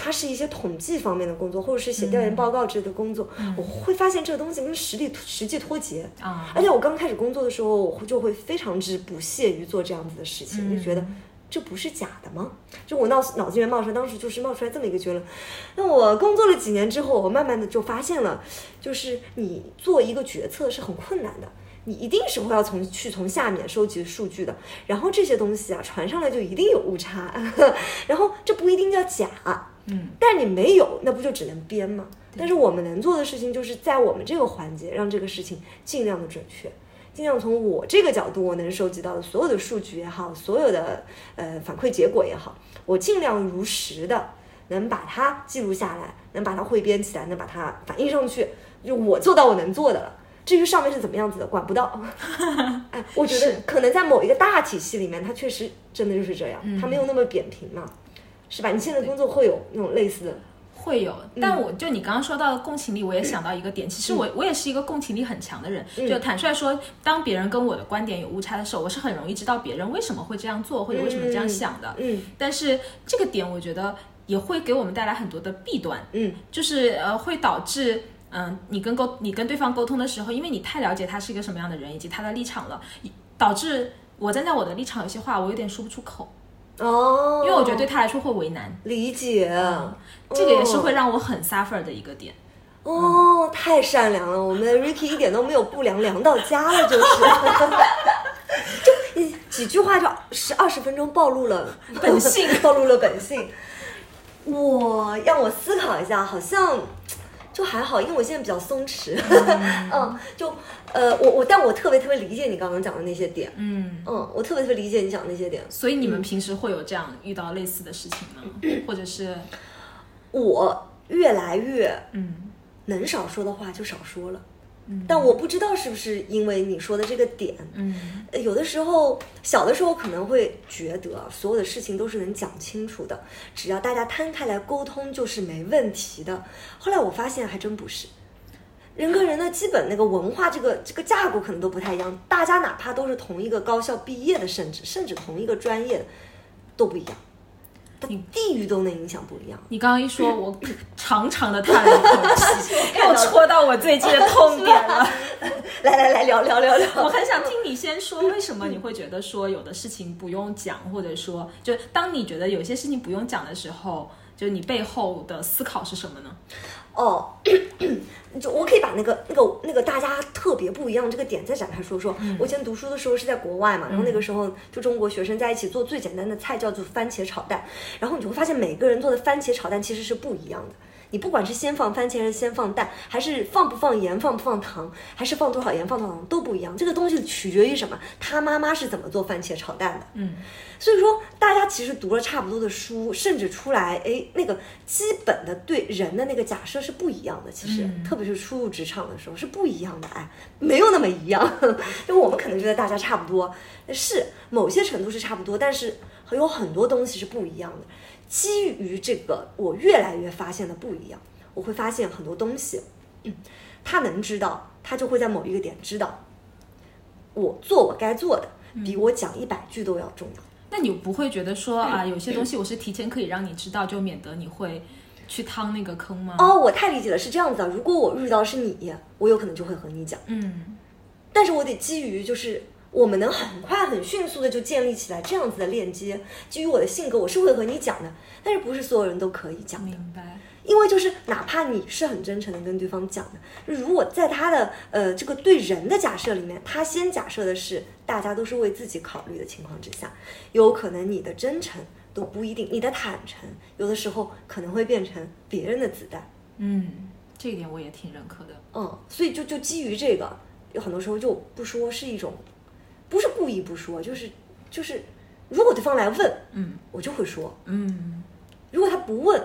它是一些统计方面的工作，或者是写调
嗯
研报告之类的工作，我会发现这个东西跟实力实际脱节。
啊，
而且我刚开始工作的时候，我会就会非常之不屑于做这样子的事情，就觉得这不是假的吗？就我脑脑子里面冒出来，当时就是冒出来这么一个结论。那我工作了几年之后，我慢慢的就发现了，就是你做一个决策是很困难的。你一定是会要从去从下面收集数据的，然后这些东西啊传上来就一定有误差， [laughs] 然后这不一定叫假，
嗯
但你没有，那不就只能编吗？但是我们能做的事情，就是在我们这个环节，让这个事情尽量的准确，尽量从我这个角度，我能收集到的所有的数据也好，所有的呃反馈结果也好，我尽量如实的能把它记录下来，能把它汇编起来，能把它反映上去，就我做到我能做的了。至于上面是怎么样子的，管不到。哎，我觉得可能在某一个大体系里面，它确实真的就是这样，它没有那么扁平嘛，
嗯
是吧？你现在工作会有那种类似的。
会有，
嗯
但我就你刚刚说到的共情力，我也想到一个点。其实我我也是一个共情力很强的人，
嗯
就坦率说，当别人跟我的观点有误差的时候，我是很容易知道别人为什么会这样做，或者为什么这样想的。
嗯
但是这个点，我觉得也会给我们带来很多的弊端。
嗯，
就是呃会导致。嗯，你跟沟你跟对方沟通的时候，因为你太了解他是一个什么样的人以及他的立场了，导致我站在我的立场，有些话我有点说不出口，
哦，
因为我觉得对他来说会为难，
理解，
这个也是会让我很 suffer 的一个点。
哦，太善良了，我们的 Ricky 一点都没有不良，良到家了就是， [laughs] 就一几句话就十二十分钟暴露了
本性，
[laughs] 暴露了本性。我让我思考一下，好像就还好，因为我现在比较松弛， [laughs] 嗯，就呃，我我但我特别特别理解你刚刚讲的那些点，
嗯，
嗯，我特别特别理解你讲的那些点，
所以你们平时会有这样遇到类似的事情吗？或者是
我越来越
嗯
能少说的话就少说了。但我不知道是不是因为你说的这个点，
嗯
呃有的时候小的时候可能会觉得所有的事情都是能讲清楚的，只要大家摊开来沟通就是没问题的。后来我发现还真不是，人跟人的基本那个文化这个这个架构可能都不太一样，大家哪怕都是同一个高校毕业的，甚至甚至同一个专业的都不一样，
你
地域都能影响不一样。
你刚刚一说，我 [laughs] 长长的叹了一口气，又戳到我最近的痛点了。
[laughs] 来来来聊聊聊聊，
[laughs] 我很
[laughs]
想听你先说，为什么你会觉得说有的事情不用讲，或者说，就当你觉得有些事情不用讲的时候，就你背后的思考是什么呢？
哦， [clears throat] 就我可以把那个那个那个大家特别不一样这个点再展开说说。我以前读书的时候是在国外嘛，然后那个时候就中国学生在一起做最简单的菜叫做番茄炒蛋，然后你就会发现每个人做的番茄炒蛋其实是不一样的。你不管是先放番茄还是先放蛋，还是放不放盐、放不放糖，还是放多少盐、放多少糖都不一样。这个东西取决于什么？他妈妈是怎么做番茄炒蛋的？
嗯，
所以说，大家其实读了差不多的书，甚至出来，哎，那个基本的对人的那个假设是不一样的。其实，特别是初入职场的时候是不一样的，哎，没有那么一样。因为我们可能觉得大家差不多，是某些程度是差不多，但是有很多东西是不一样的。基于这个，我越来越发现的不一样，我会发现很多东西，嗯，他能知道，他就会在某一个点知道，我做我该做的，比我讲一百句都要重要。
那你不会觉得说啊，有些东西我是提前可以让你知道，就免得你会去趟那个坑吗？
哦，我太理解了，是这样子啊。如果我遇到是你，我有可能就会和你讲，
嗯
但是我得基于就是我们能很快很迅速的就建立起来这样子的链接。基于我的性格，我是会和你讲的，但是不是所有人都可以讲的，
明白。
因为就是哪怕你是很真诚的跟对方讲的，如果在他的呃这个对人的假设里面，他先假设的是大家都是为自己考虑的情况之下，有可能你的真诚都不一定，你的坦诚有的时候可能会变成别人的子弹。
嗯，这一点我也挺认可的。
嗯，所以就就基于这个，有很多时候就不说是一种，不是故意不说，就是就是，如果对方来问，
嗯
我就会说；
嗯
如果他不问，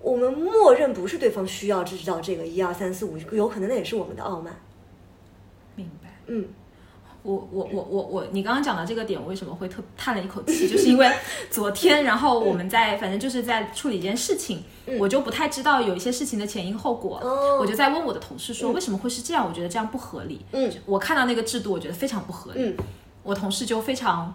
我们默认不是对方需要知道这个一二三四五，有可能那也是我们的傲慢。
明白。
嗯，
我我我我我，你刚刚讲到这个点，我为什么会特叹了一
[laughs]
口气，就是因为昨天，然后我们在反正就是在处理一件事情，我就不太知道有一些事情的前因后果，
嗯哦
我就在问我的同事说为什么会是这样，我觉得这样不合理，
嗯，
我看到那个制度，我觉得非常不合理，
嗯
我同事就非常。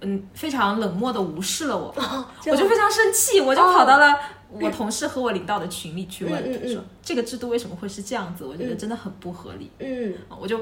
嗯，非常冷漠的无视了我，
哦这
我
样
就非常生气，我就
哦
跑到了我同事和我领导的群里去问，
嗯嗯嗯
说这个制度为什么会是这样子？我觉得真的很不合理。
嗯
我就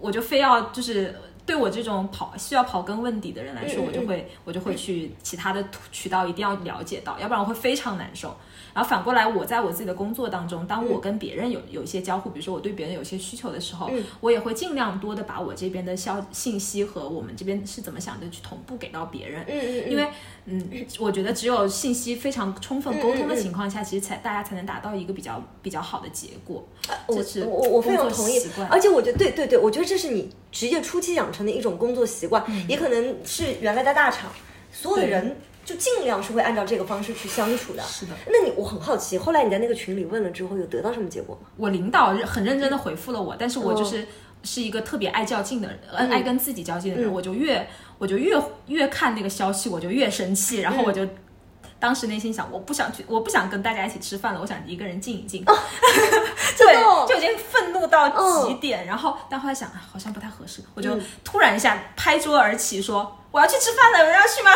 我就非要就是对我这种跑需要刨根问底的人来说，
嗯嗯嗯
我就会我就会去其他的途渠道一定要了解到，要不然我会非常难受。然后反过来，我在我自己的工作当中，
嗯
当我跟别人有有一些交互，比如说我对别人有一些需求的时候，
嗯
我也会尽量多的把我这边的消信息和我们这边是怎么想的去同步给到别人。
嗯
因为，嗯，我觉得只有信息非常充分沟通的
嗯嗯嗯
情况下，其实才大家才能达到一个比较比较好的结果。
呃我
这是
我我非常
工作
同意
习惯，
而且我觉得对对对，我觉得这是你职业初期养成的一种工作习惯，也可能是原来在大厂，所有的
对
人就尽量是会按照这个方式去相处的。
是的
那你我很好奇，后来你在那个群里问了之后，有得到什么结果吗？
我领导很认真的回复了我，但是
哦
我就是是一个特别爱较劲的人，
嗯
呃爱跟自己较劲的人，我就越我就越越看那个消息，我就越生
嗯
气，然后我就。当时内心想，我不想去，我不想跟大家一起吃饭了，我想一个人静一静。
哦
[laughs]
真的哦嗯
对，就已经愤怒到极点。然后，但后来想，啊好像不太合适，我就突然一下拍桌而起，说：“我要去吃饭了，有人要去吗？”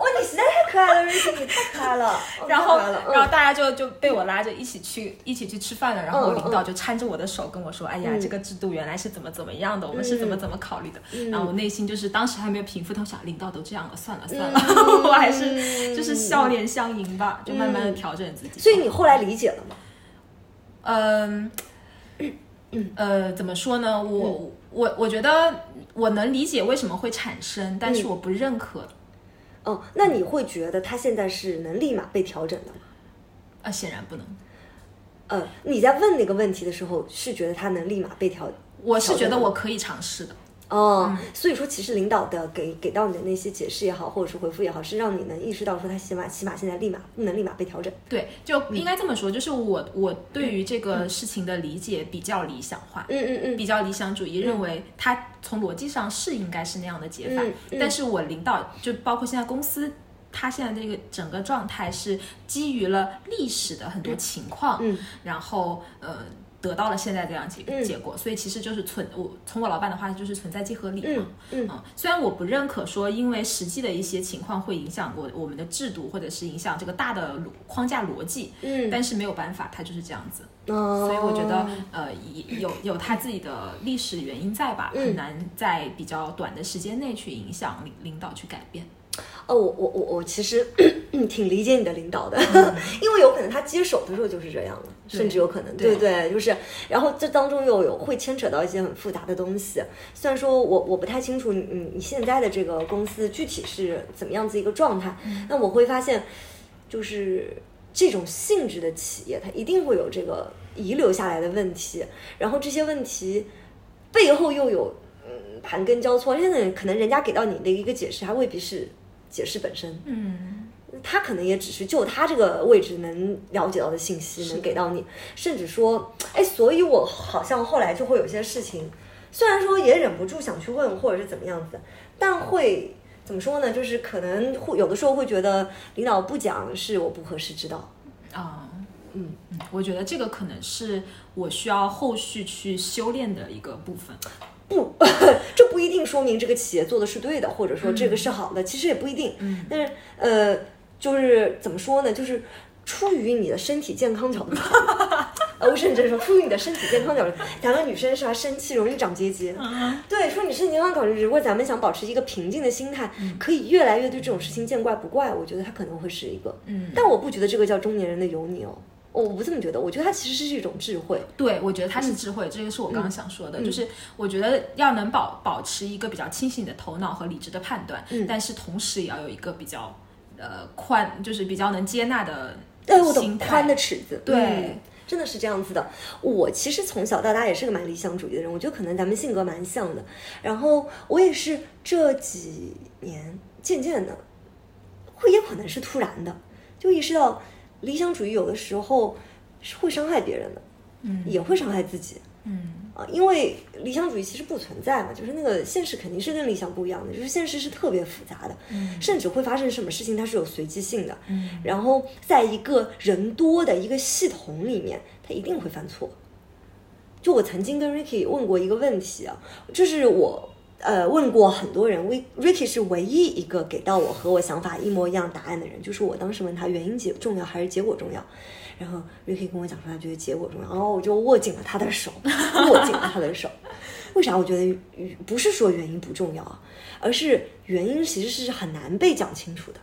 哇，哦你实在太可爱了，Ricky，你太可 [laughs] 爱了。哦
[laughs] 然后，
太可爱了
然后大家就就被我拉着一起去一起去吃饭了。然
嗯
后我领导就搀着我的手跟我说：“哎呀，这个制度原来是怎么怎么样的，我们是怎
嗯
么怎么考虑的。”然后我内心就是当时还没有平复到，想领导都这样了，算了算了，
嗯
[laughs] 我还是就是笑脸相迎吧，就慢慢的调整自己。
所以你后来理解了吗？
嗯，
嗯
呃，怎么说呢？我我我觉得我能理解为什么会产生，但
嗯
是我不认可。
哦，那你会觉得他现在是能立马被调整的吗？
呃，显然不能。
呃，你在问那个问题的时候，是觉得他能立马被调？
我是觉
调
得
整的
我嗯可以尝试的。
哦，所以说其实领导的给给到你的那些解释也好，或者是回复也好，是让你能意识到说他起码起码现在立马不能立马被调整。
对，就
嗯
应该这么说，就是我我对于这个事情的理解比较理想化，
嗯嗯嗯，
比较理想主义，认为它从逻辑上是应该是那样的解法
嗯，嗯
但是我领导就包括现在公司。它现在这个整个状态是基于了历史的很多情况，
嗯
然后呃得到了现在这样结
嗯
结果，所以其实就是存我从我老板的话就是存在即合理嘛，
嗯嗯
嗯，虽然我不认可说，因为实际的一些情况会影响我我们的制度，或者是影响这个大的逻框架逻辑，
嗯，
但是没有办法，它就是这样子。
哦
所以我觉得，呃，也有有它自己的历史原因在吧，很难在比较短的时间内去影响领领导去改变。
哦，我我我我其实 [coughs] 挺理解你的领导的， [laughs] 因为有可能他接手的时候就是这样了，
嗯对
甚至有可能，对
对
对，就是，然后这当中又有会牵扯到一些很复杂的东西。虽然说我我不太清楚你你你现在的这个公司具体是怎么样子一个状态，
嗯
那我会发现，就是这种性质的企业，它一定会有这个遗留下来的问题，然后这些问题背后又有。嗯，盘根交错，现在可能人家给到你的一个解释，还未必是解释本身，
嗯，
他可能也只是就他这个位置能了解到的信息能给到你，甚至说，哎，所以我好像后来就会有些事情，虽然说也忍不住想去问或者是怎么样子，但会怎么说呢？就是可能会有的时候会觉得领导不讲是我不合适之道，
啊、嗯，我觉得这个可能是我需要后续去修炼的一个部分。
不， [laughs] 这不一定说明这个企业做的是对的，或者说这个是好的，其实也不一定。嗯，但是呃，就是怎么说呢，就是出于你的身体健康角度 [laughs] 考虑，呃我认真说，出于你的身体健康角度，咱们女生是吧，生气容易长结节。对，说你身体健康考虑，如果咱们想保持一个平静的心态，可以越来越对这种事情见怪不怪，我觉得它可能会是一个，嗯，但我不觉得这个叫中年人的油腻哦。我不这么觉得，我觉得它其实是一种智慧。
对，我觉得
嗯
它是智慧，这个是我刚刚想说的，就是我觉得要能保保持一个比较清醒的头脑和理智的判断，
嗯
但是同时也要有一个比较呃宽，就是比较能接纳的
哎，我懂
心态。
宽的尺子，
对
嗯真的是这样子的。我其实从小到大也是个蛮理想主义的人，我觉得可能咱们性格蛮像的。然后我也是这几年渐渐的，会也可能是突然的，就意识到理想主义有的时候是会伤害别人的，嗯，也会伤害自己。
嗯
啊，因为理想主义其实不存在嘛，就是那个现实肯定是跟理想不一样的，就是现实是特别复杂的，
嗯
甚至会发生什么事情它是有随机性的。
嗯，
然后在一个人多的一个系统里面，他一定会犯错。就我曾经跟 Ricky 问过一个问题啊，就是我呃问过很多人，Wi-，Ricky 是唯一一个给到我和我想法一模一样答案的人，就是我当时问他原因结重要还是结果重要。然后 Ricky 跟我讲说他觉得结果重要，然后我就握紧了他的手，握紧了他的手。为啥我觉得嗯不是说原因不重要啊，而是原因其实是很难被讲清楚的。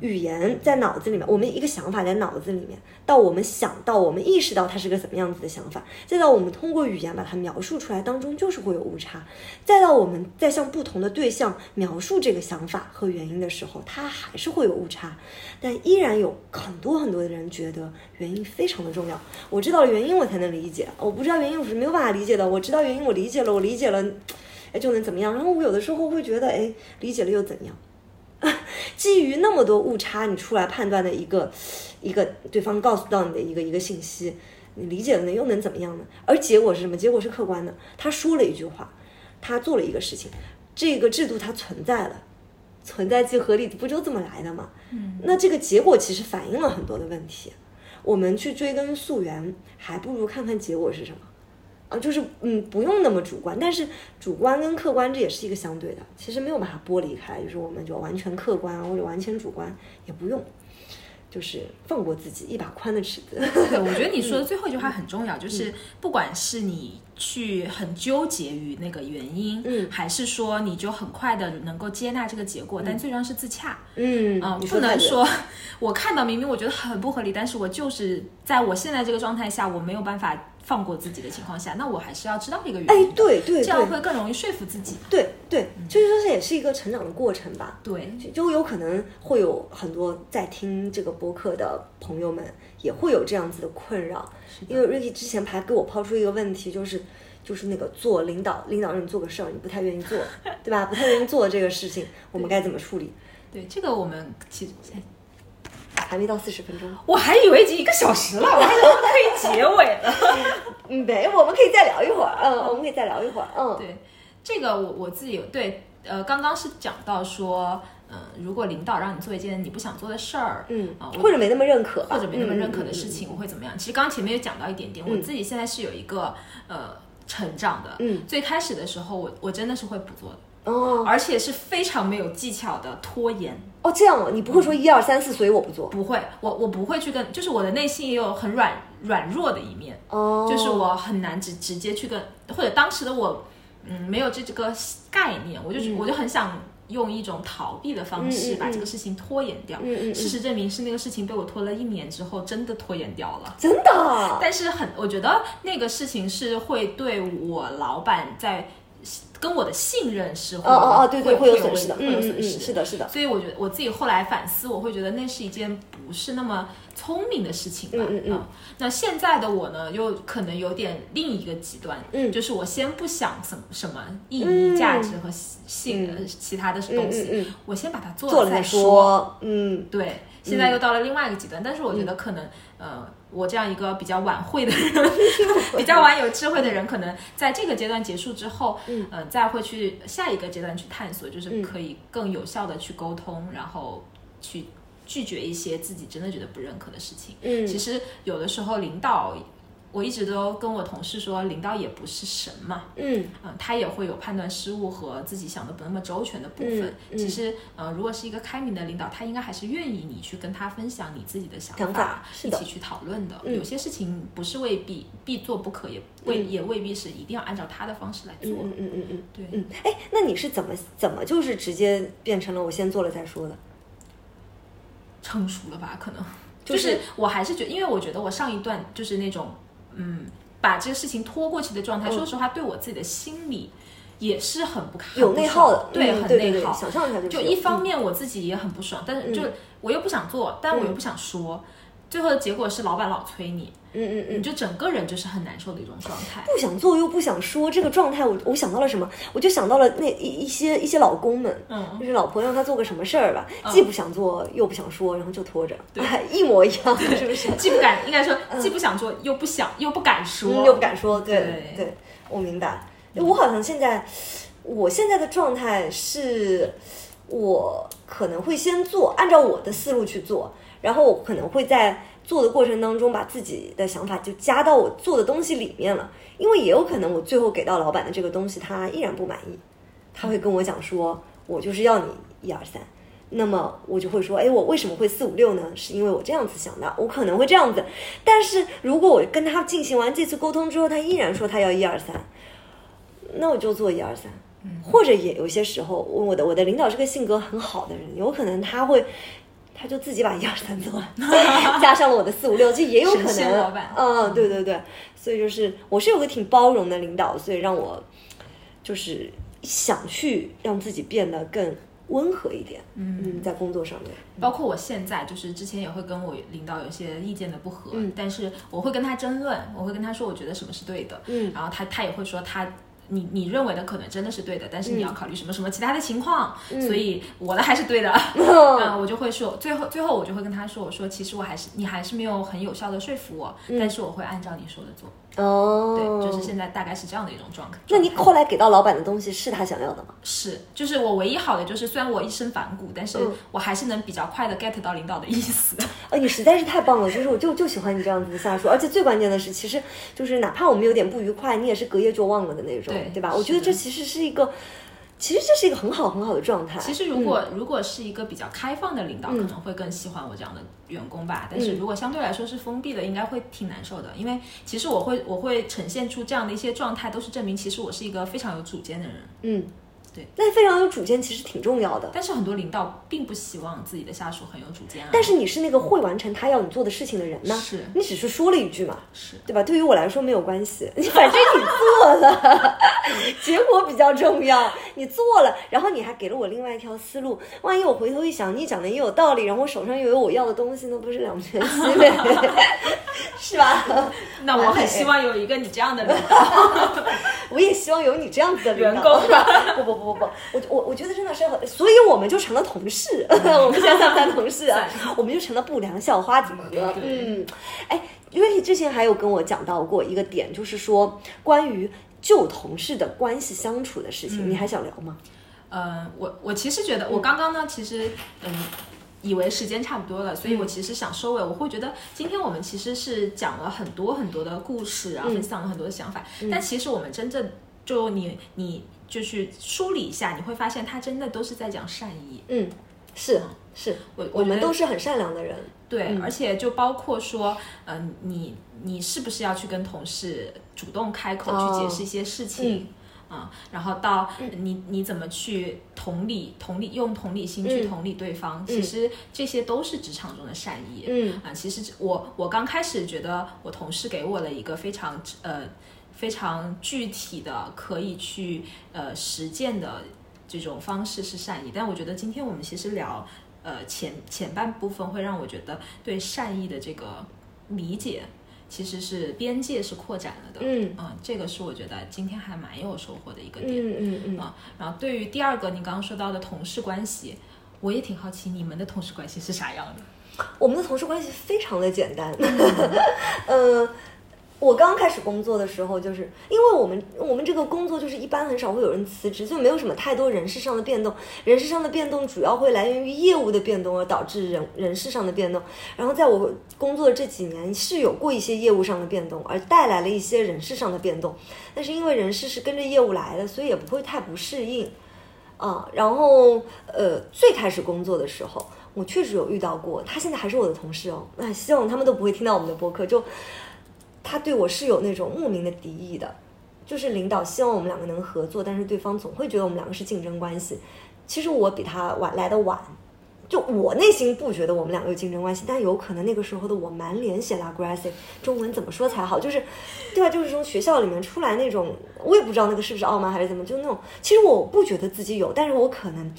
语言在脑子里面，我们一个想法在脑子里面，到我们想到，我们意识到它是个怎么样子的想法，再到我们通过语言把它描述出来，当中就是会有误差。再到我们在向不同的对象描述这个想法和原因的时候，它还是会有误差，但依然有很多很多的人觉得原因非常的重要。我知道了原因，我才能理解；我不知道原因，我是没有办法理解的。我知道原因，我理解了，我理解了，哎，就能怎么样？然后我有的时候会觉得，哎，理解了又怎样？基于那么多误差，你出来判断的一个一个对方告诉到你的一个一个信息，你理解了呢又能怎么样呢？而结果是什么？结果是客观的。他说了一句话，他做了一个事情，这个制度它存在了，存在即合理，不就这么来的吗？
嗯，
那这个结果其实反映了很多的问题。我们去追根溯源，还不如看看结果是什么。啊，就是嗯，不用那么主观，但是主观跟客观这也是一个相对的，其实没有把它剥离开，就是我们就完全客观啊或者完全主观也不用，就是放过自己一把宽的尺子。 [laughs]
对，我觉得你
嗯
说的最后一句话很重要，就是不管是你去很纠结于那个原因，
嗯
还是说你就很快的能够接纳这个结果，但最重要是自洽。
嗯，
嗯，
你
不
得太
能
对了
说我看到明明我觉得很不合理，但是我就是在我现在这个状态下，我没有办法放过自己的情况下，那我还是要知道这个原
哎
因，，
对对
这样
对
会更容易说服自己。
对对，就是说这也是一个成长的过程吧。
对，
就就有可能会有很多在听这个播客的朋友们也会有这样子的困扰，因为 Ricky 之前还给我抛出一个问题，就是就是那个做领导领导让你做个事儿，你不太愿意做， [laughs] 对吧？不太愿意做这个事情，我们该怎么处理？
对，这个我们其实哎
还没到四十分钟，
我还以为已经一个小时了，我还以为可以结尾了。 [laughs]
嗯，没，我们可以再聊一会儿，嗯，我们可以再聊一会儿，嗯，
对，这个我我自己有对，呃，刚刚是讲到说，嗯、如果领导让你做一件你不想做的事儿，
嗯
啊、，我
或者没那么认可吧，
或者没那么认可的事
嗯，
情，我会怎么样？其实刚刚前面有讲到一点点，我自己现在是有一个呃成长的。
嗯，
最开始的时候，我我真的是会不做的，
嗯哦
而且是非常没有技巧的拖延。
哦，这样哦，你不会说一二三四，所以我不做，
不会，我我不会去跟，就是我的内心也有很软软弱的一面，
哦，
就是我很难直直接去跟，或者当时的我，嗯，没有这这个概念，我就是、我就很想用一种逃避的方式
嗯嗯
把
嗯
这个事情拖延掉。
嗯嗯嗯
事实证明是那个事情被我拖了一年之后，真的拖延掉了。
真的啊，
但是很，我觉得那个事情是会对我老板在跟我的信任是会
哦哦哦，对对，
会
会有损失的，
会
嗯
有
嗯
损
嗯，
失
是的，是的，
所以我觉得我自己后来反思，我会觉得那是一件不是那么聪明的事情吧。
嗯嗯嗯
啊那现在的我呢，又可能有点另一个极端，
嗯
就是我先不想什么什么意义、价值和性、呃其他的东西，
嗯嗯嗯嗯
我先把它做
做了
再
再。说，嗯，
对，现在又到了另外一个极端，但是我觉得可能，呃，我这样一个比较晚会的人， [laughs] 比较晚有智慧的人，可能在这个阶段结束之后，嗯、呃，再会去下一个阶段去探索，就是可以更有效的去沟通，然后去拒绝一些自己真的觉得不认可的事情。
嗯
其实有的时候领导，我一直都跟我同事说，领导也不是神嘛，
嗯
嗯，他也会有判断失误和自己想的不那么周全的部分。
嗯
其实，呃，如果是一个开明的领导，他应该还是愿意你去跟他分享你自己的想
想法是
一
的
起去讨论的。
嗯
有些事情不是未必必做不可，也未、也未必是一定要按照他的方式来做。
嗯嗯嗯嗯
对，
嗯，哎，那你是怎么怎么就是直接变成了我先做了再说的？
成熟了吧？可能
就
就是是我还是觉得，因为我觉得我上一段就是那种嗯，把这个事情拖过去的状态。
嗯
说实话，对我自己的心理也是很不堪，
有内耗的，
对，
嗯
很
对对
内
对
耗。
想象一下
就
有嗯嗯
一方面我自己也很不爽，但是就我又不想做，但我又不想说，最后的结果是老板老催你，
嗯嗯
你
嗯，
就整个人就是很难受的一种状
[laughs]
态。
不想做又不想说这个状态我，我想到了什么？我就想到了那一一些一些老公们，
嗯
就是老婆让他做个什么事儿吧，既不想做又不想说，然后就拖着，
对
哎 [laughs] 一模一样，是
[laughs]
不是？嗯
既不敢，应该说既不想做，又不想，又不敢说，
嗯，又不敢说，对
对
我明白。哎我好像现在，我现在的状态是，我可能会先做，按照我的思路去做，然后我可能会在做的过程当中把自己的想法就加到我做的东西里面了，因为也有可能我最后给到老板的这个东西他依然不满意，他会跟我讲说，我就是要你一二三。那么我就会说，哎，我为什么会四五六呢？是因为我这样子想的，我可能会这样子。但是如果我跟他进行完这次沟通之后，他依然说他要一二三，那我就做一二三。或者也有些时候，我我的我的领导是个性格很好的人，有可能他会，他就自己把一二三做完， [laughs] 加上了我的四五六，这也有可
神仙老
能
板。
嗯，对对对，所以就是我是有个挺包容的领导，所以让我就是想去让自己变得更温和一点。嗯在工作上面，
包括我现在，就是之前也会跟我领导有些意见的不合，
嗯
但是我会跟他争论，我会跟他说我觉得什么是对的，
嗯
然后他他也会说他。你你认为的可能真的是对的，但是
嗯
你要考虑什么什么其他的情况，所以我的还是
[laughs]
对的。嗯，我就会说，最后最后我就会跟他说，我说其实我还是你还是没有很有效的说服我，但是我会按照你说的做。
嗯哦，
对，就是现在大概是这样的一种状态。
那你后来给到老板的东西是他想要的吗？
是，就是我唯一好的就是，虽然我一身反骨，但是
嗯
我还是能比较快的 get 到领导的意思。
呃，你实在是太棒了，就是我就就喜欢你这样子的下属，而且最关键的是，其实就是哪怕我们有点不愉快，你也是隔夜就忘了的那种，
对
对吧？
是的
我觉得这其实是一个，其实这是一个很好很好的状态。
其实如果、
嗯
如果是一个比较开放的领导，可能会更喜欢我这样的员工吧。但
嗯
是如果相对来说是封闭的，应该会挺难受的。因为其实我会我会呈现出这样的一些状态，都是证明其实我是一个非常有主见的人。
嗯，
对。
那非常有主见，其实挺重要的。
但是很多领导并不希望自己的下属很有主见啊。
但是你是那个会完成他要你做的事情的人呢，
是
你只是说了一句嘛，
是
对吧？对于我来说没有关系，你反正你做了， [laughs] 结果比较重要。你做了，然后你还给了我另外一条思路。万一我回头一想，你讲的也有道理，然后我手上又有我要的东西，那不是两全其美， [laughs] 是吧？
那我
哎
很希望有一个你这样的领导。
我也希望有你这样子的领
员
导
工。
[laughs] 不不不不不，我我我觉得真的是很，所以我们就成了同事。
嗯
[laughs] 我们现在算不算同事
[laughs]
啊？我们就成了不良校花组合。
对
嗯，哎，因为你之前还有跟我讲到过一个点，就是说关于旧同事的关系相处的事
嗯
情，你还想聊吗？
呃，我我其实觉得，我刚刚呢，其实嗯。以为时间差不多了，所以我其实想收尾。我会觉得今天我们其实是讲了很多很多的故事啊，分享了很多的想法，但其实我们真正就你你就是梳理一下，你会发现它真的都是在讲善意。
嗯，是是，
我我
我们
觉得
都是很善良的人。
对，而且就包括说，呃，你你是不是要去跟同事主动开口去解释一些事情？啊、然后到你你怎么去同理同理用同理心去同理对方，其实这些都是职场中的善意。
嗯
啊，其实我我刚开始觉得我同事给我了一个非常呃非常具体的可以去呃实践的这种方式是善意，但我觉得今天我们其实聊呃前前半部分会让我觉得对善意的这个理解其实是边界是扩展了的，
嗯
这个是我觉得今天还蛮有收获的一个点。
嗯嗯嗯，
啊，然后对于第二个你刚刚说到的同事关系，我也挺好奇你们的同事关系是啥样的。
我们的同事关系非常的简单。 [laughs] 呃，我刚开始工作的时候，就是因为我们我们这个工作就是一般很少会有人辞职，就没有什么太多人事上的变动。人事上的变动主要会来源于业务的变动，而导致人人事上的变动。然后在我工作的这几年是有过一些业务上的变动，而带来了一些人事上的变动。但是因为人事是跟着业务来的，所以也不会太不适应。啊，然后呃，最开始工作的时候，我确实有遇到过，他现在还是我的同事哦。那希望他们都不会听到我们的播客，就他对我是有那种莫名的敌意的，就是领导希望我们两个能合作，但是对方总会觉得我们两个是竞争关系。其实我比他晚来的晚，就我内心不觉得我们两个有竞争关系，但有可能那个时候的我满脸写 l a g r a s i 中文怎么说才好？就是，对吧？就是从学校里面出来那种，我也不知道那个是不是傲慢还是怎么，就那种，其实我不觉得自己有，但是我可能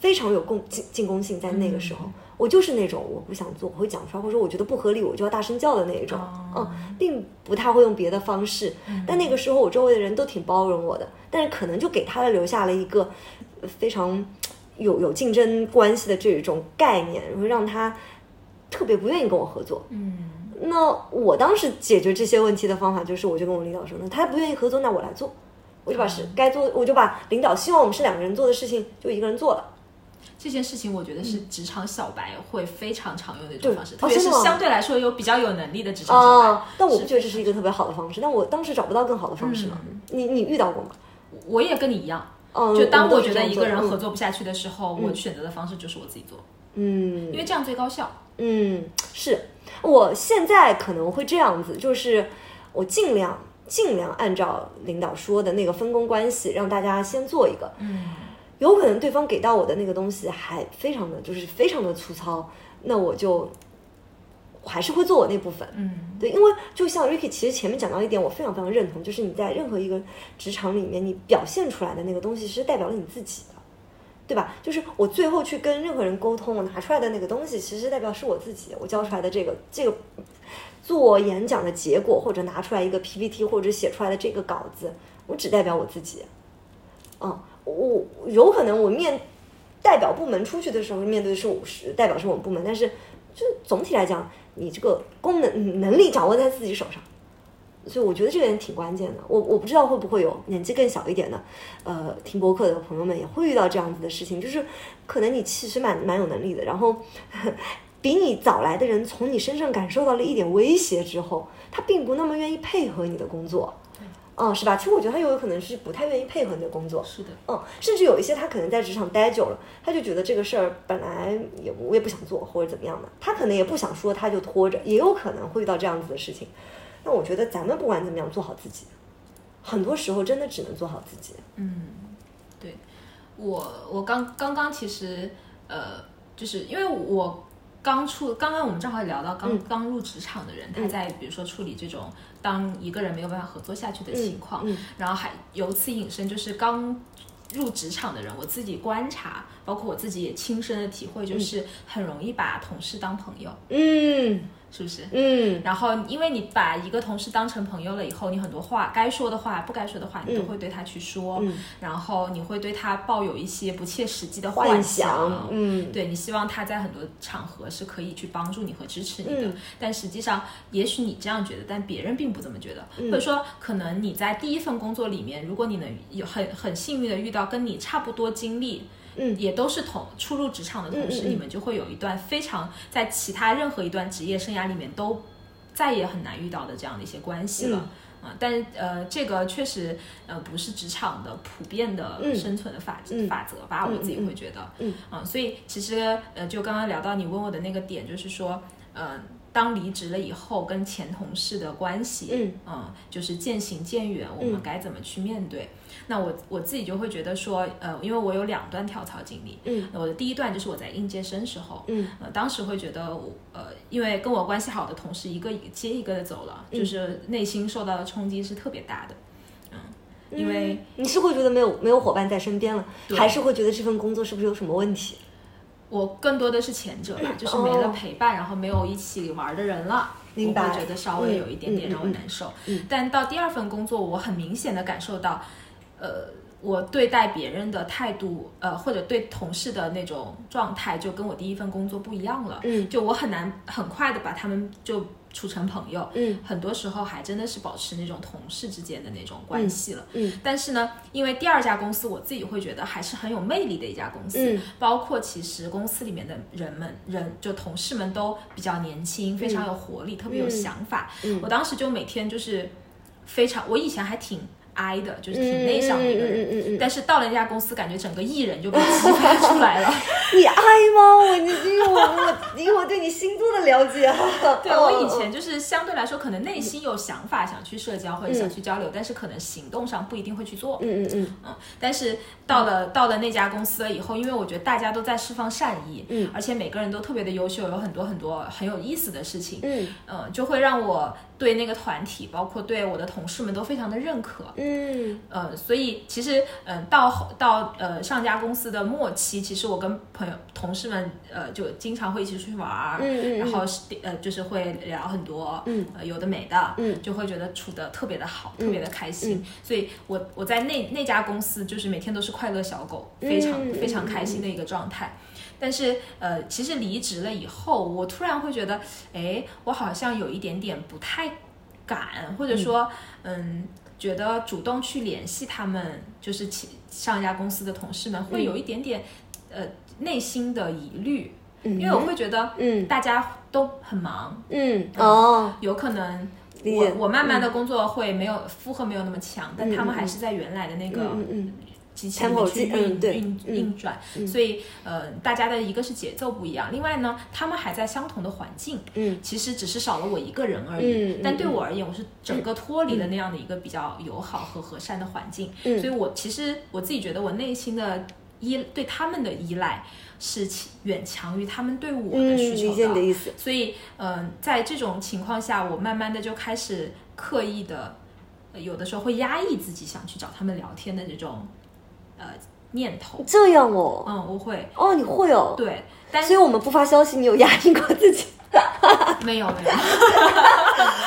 非常有共进进攻性，在那个时候，我就是那种我不想做，我会讲出来，或者说我觉得不合理，我就要大声叫的那一种。
哦嗯
嗯，并不太会用别的方式。但那个时候我周围的人都挺包容我的，但是可能就给他的留下了一个呃非常有有竞争关系的这种概念，会让他特别不愿意跟我合作。
嗯
那我当时解决这些问题的方法就是，我就跟我领导说，那他不愿意合作，那我来做，我就把
嗯
事该做，我就把领导希望我们是两个人做的事情，就一个人做了。
这件事情我觉得是职场小白会非常常用的一种
嗯对
方式，
哦
特别是
真的吗
相对来说有比较有能力的职场小白。
啊，但我不觉得这是一个特别好的方式，但我当时找不到更好的方式嘛。你你遇到过吗？
我也跟你一样，
嗯，
嗯就当
们
我嗯
都
觉得
是这样
一
做
个
的
人
嗯
合作不下去的时候，我选择的方式就是我自己做，
嗯
因为这样最高效。
嗯，是我现在可能会这样子，就是我尽量尽量按照领导说的那个分工关系，让大家先做一个。
嗯，
有可能对方给到我的那个东西还非常的就是非常的粗糙，那我就我还是会做我那部分。
嗯
对，因为就像 Ricky 其实前面讲到一点，我非常非常认同，就是你在任何一个职场里面，你表现出来的那个东西是代表了你自己的，对吧？就是我最后去跟任何人沟通，我拿出来的那个东西，其实代表是我自己，我教出来的这个这个做演讲的结果，或者拿出来一个 PPT，或者写出来的这个稿子，我只代表我自己。嗯，我我有可能我面代表部门出去的时候，面对的是我是代表是我们部门，但是就总体来讲，你这个功能嗯能力掌握在自己手上，所以我觉得这个点挺关键的。我我不知道会不会有年纪更小一点的，呃，听播客的朋友们也会遇到这样子的事情，就是可能你其实蛮蛮有能力的，然后 [laughs] 比你早来的人从你身上感受到了一点威胁之后，他并不那么愿意配合你的工作。嗯，是吧？其实我觉得他有可能是不太愿意配合你的工作，
是的，
嗯，甚至有一些他可能在职场待久了，他就觉得这个事儿本来也我也不想做或者怎么样的，他可能也不想说，他就拖着，也有可能会遇到这样子的事情。那我觉得咱们不管怎么样做好自己，很多时候真的只能做好自己。
嗯，对，我我刚刚刚其实呃，就是因为我刚出，刚刚我们正好也聊到刚、
嗯
刚入职场的人，他在比如说处理这种当一个人没有办法合作下去的情况，
嗯
然后还由此引申，就是刚入职场的人，我自己观察，包括我自己也亲身的体会，就是很容易把同事当朋友，
嗯
是不是？
嗯
然后，因为你把一个同事当成朋友了以后，你很多话该说的话、不该说的话，你都会对他去说，
嗯
然后你会对他抱有一些不切实际的
幻
想
想，嗯
对你希望他在很多场合是可以去帮助你和支持你的，
嗯
但实际上也许你这样觉得，但别人并不这么觉得，或者说可能你在第一份工作里面，如果你能有很很幸运的遇到跟你差不多经历。
嗯
也都是同初入职场的同事，
嗯嗯嗯
你们就会有一段非常在其他任何一段职业生涯里面都再也很难遇到的这样的一些关系
嗯
了。啊，但是呃，这个确实呃不是职场的普遍的
嗯
生存的法、
嗯
法则吧，我自己会觉得，
嗯
啊，所以其实呃，就刚刚聊到你问我的那个点，就是说，呃，当离职了以后，跟前同事的关系，啊
嗯
就是渐行渐远，我们该怎么去面对？那我我自己就会觉得说，呃，因为我有两段跳槽经历，
嗯，
我的第一段就是我在应届生时候，
嗯，
呃，当时会觉得我，呃，因为跟我关系好的同事一个接一个的走了，
嗯
就是内心受到的冲击是特别大的，嗯，因为。
你是会觉得没有没有伙伴在身边了，
对
还是会觉得这份工作是不是有什么问题？ [laughs]
我更多的是前者
哦
吧，就是没了陪伴，然后没有一起玩的人了。
明白
我会觉得稍微有一点点
嗯嗯
让我难受，但到第二份工作，我很明显的感受到，呃，我对待别人的态度，呃，或者对同事的那种状态，就跟我第一份工作不一样了。
嗯
就我很难很快的把他们就处成朋友，
嗯，
很多时候还真的是保持那种同事之间的那种关系了。
嗯
但是呢，因为第二家公司我自己会觉得还是很有魅力的一家公司，
嗯
包括其实公司里面的人们人就同事们都比较年轻，非常有活
嗯
力，特别有想法。我当时就每天就是非常，我以前还挺。哀的，就是挺内向的一个人，
嗯嗯嗯嗯嗯嗯
但是到了那家公司，感觉整个艺人就被激发出来了。
你爱吗？我你因为我我以我对你星座的了解啊，
对我以
嗯
前就是相对来说，可能内心有想法想去社交或者想去交流，但是可能行动上不一定会去做。
嗯嗯嗯
嗯，但是到了、到了那家公司了以后，因为我觉得大家都在释放善意，
嗯
而且每个人都特别的优秀，有很多很多很有意思的事情，
嗯
嗯，就会让我对那个团体，包括对我的同事们都非常的认可，
嗯嗯
呃，所以其实，嗯、到后到呃上家公司的末期，其实我跟朋友同事们，呃，就经常会一起出去玩儿，
嗯嗯
然后是呃就是会聊很多，
嗯
呃，有的没的，
嗯，
就会觉得处的特别的好，特别的开心。所以我我在那那家公司就是每天都是快乐小狗，非常、
嗯嗯嗯
非常开心的一个状态。但是，呃，其实离职了以后，我突然会觉得，哎，我好像有一点点不太敢，或者说，嗯，觉得主动去联系他们，就是其上一家公司的同事们，会有一点点，呃，内心的疑虑，
嗯
因为我会觉得
嗯
大家都很忙，
嗯哦，
有可能
理解嗯
我我慢慢的工作会没有负荷没有那么强，但他们还是在原来的那个
嗯嗯
机器里面
Tempo
去
机嗯
运
对
运
嗯
运转，所以呃，大家的一个是节奏不一样，另外呢，他们还在相同的环境，
嗯，
其实只是少了我一个人而
嗯
已
嗯。
但对我而言，我是整个脱离了那样的一个比较友好和和善的环境，
嗯
所以我其实我自己觉得我内心的依对他们的依赖是其远强于他们对我
嗯，
的需
理
求
解你
的
的。意思，
所以，嗯、在这种情况下，我慢慢的就开始刻意的，呃有的时候会压抑自己想去找他们聊天的这种，呃，念头。
这样哦，
嗯，我会，
哦，你会哦，
对，但
所以我们不发消息，你有压抑过自己，
没有没有，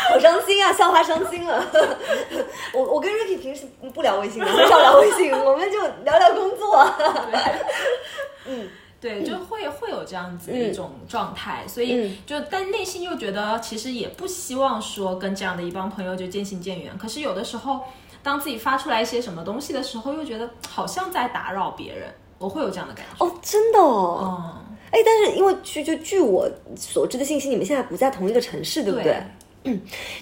好伤心啊，笑话伤心了。 [laughs] 我我跟 Ricky 平时不聊微信的，很少聊微
[laughs]
信，我们就聊聊工作。啊
对，就会会有这样子的一种状态，所以就但内心又觉得其实也不希望说跟这样的一帮朋友就渐行渐远，可是有的时候，当自己发出来一些什么东西的时候，又觉得好像在打扰别人，我会有这样的感觉。
哦，真的哦，
嗯。
哎，但是因为据就据我所知的信息，你们现在不在同一个城市，对不对？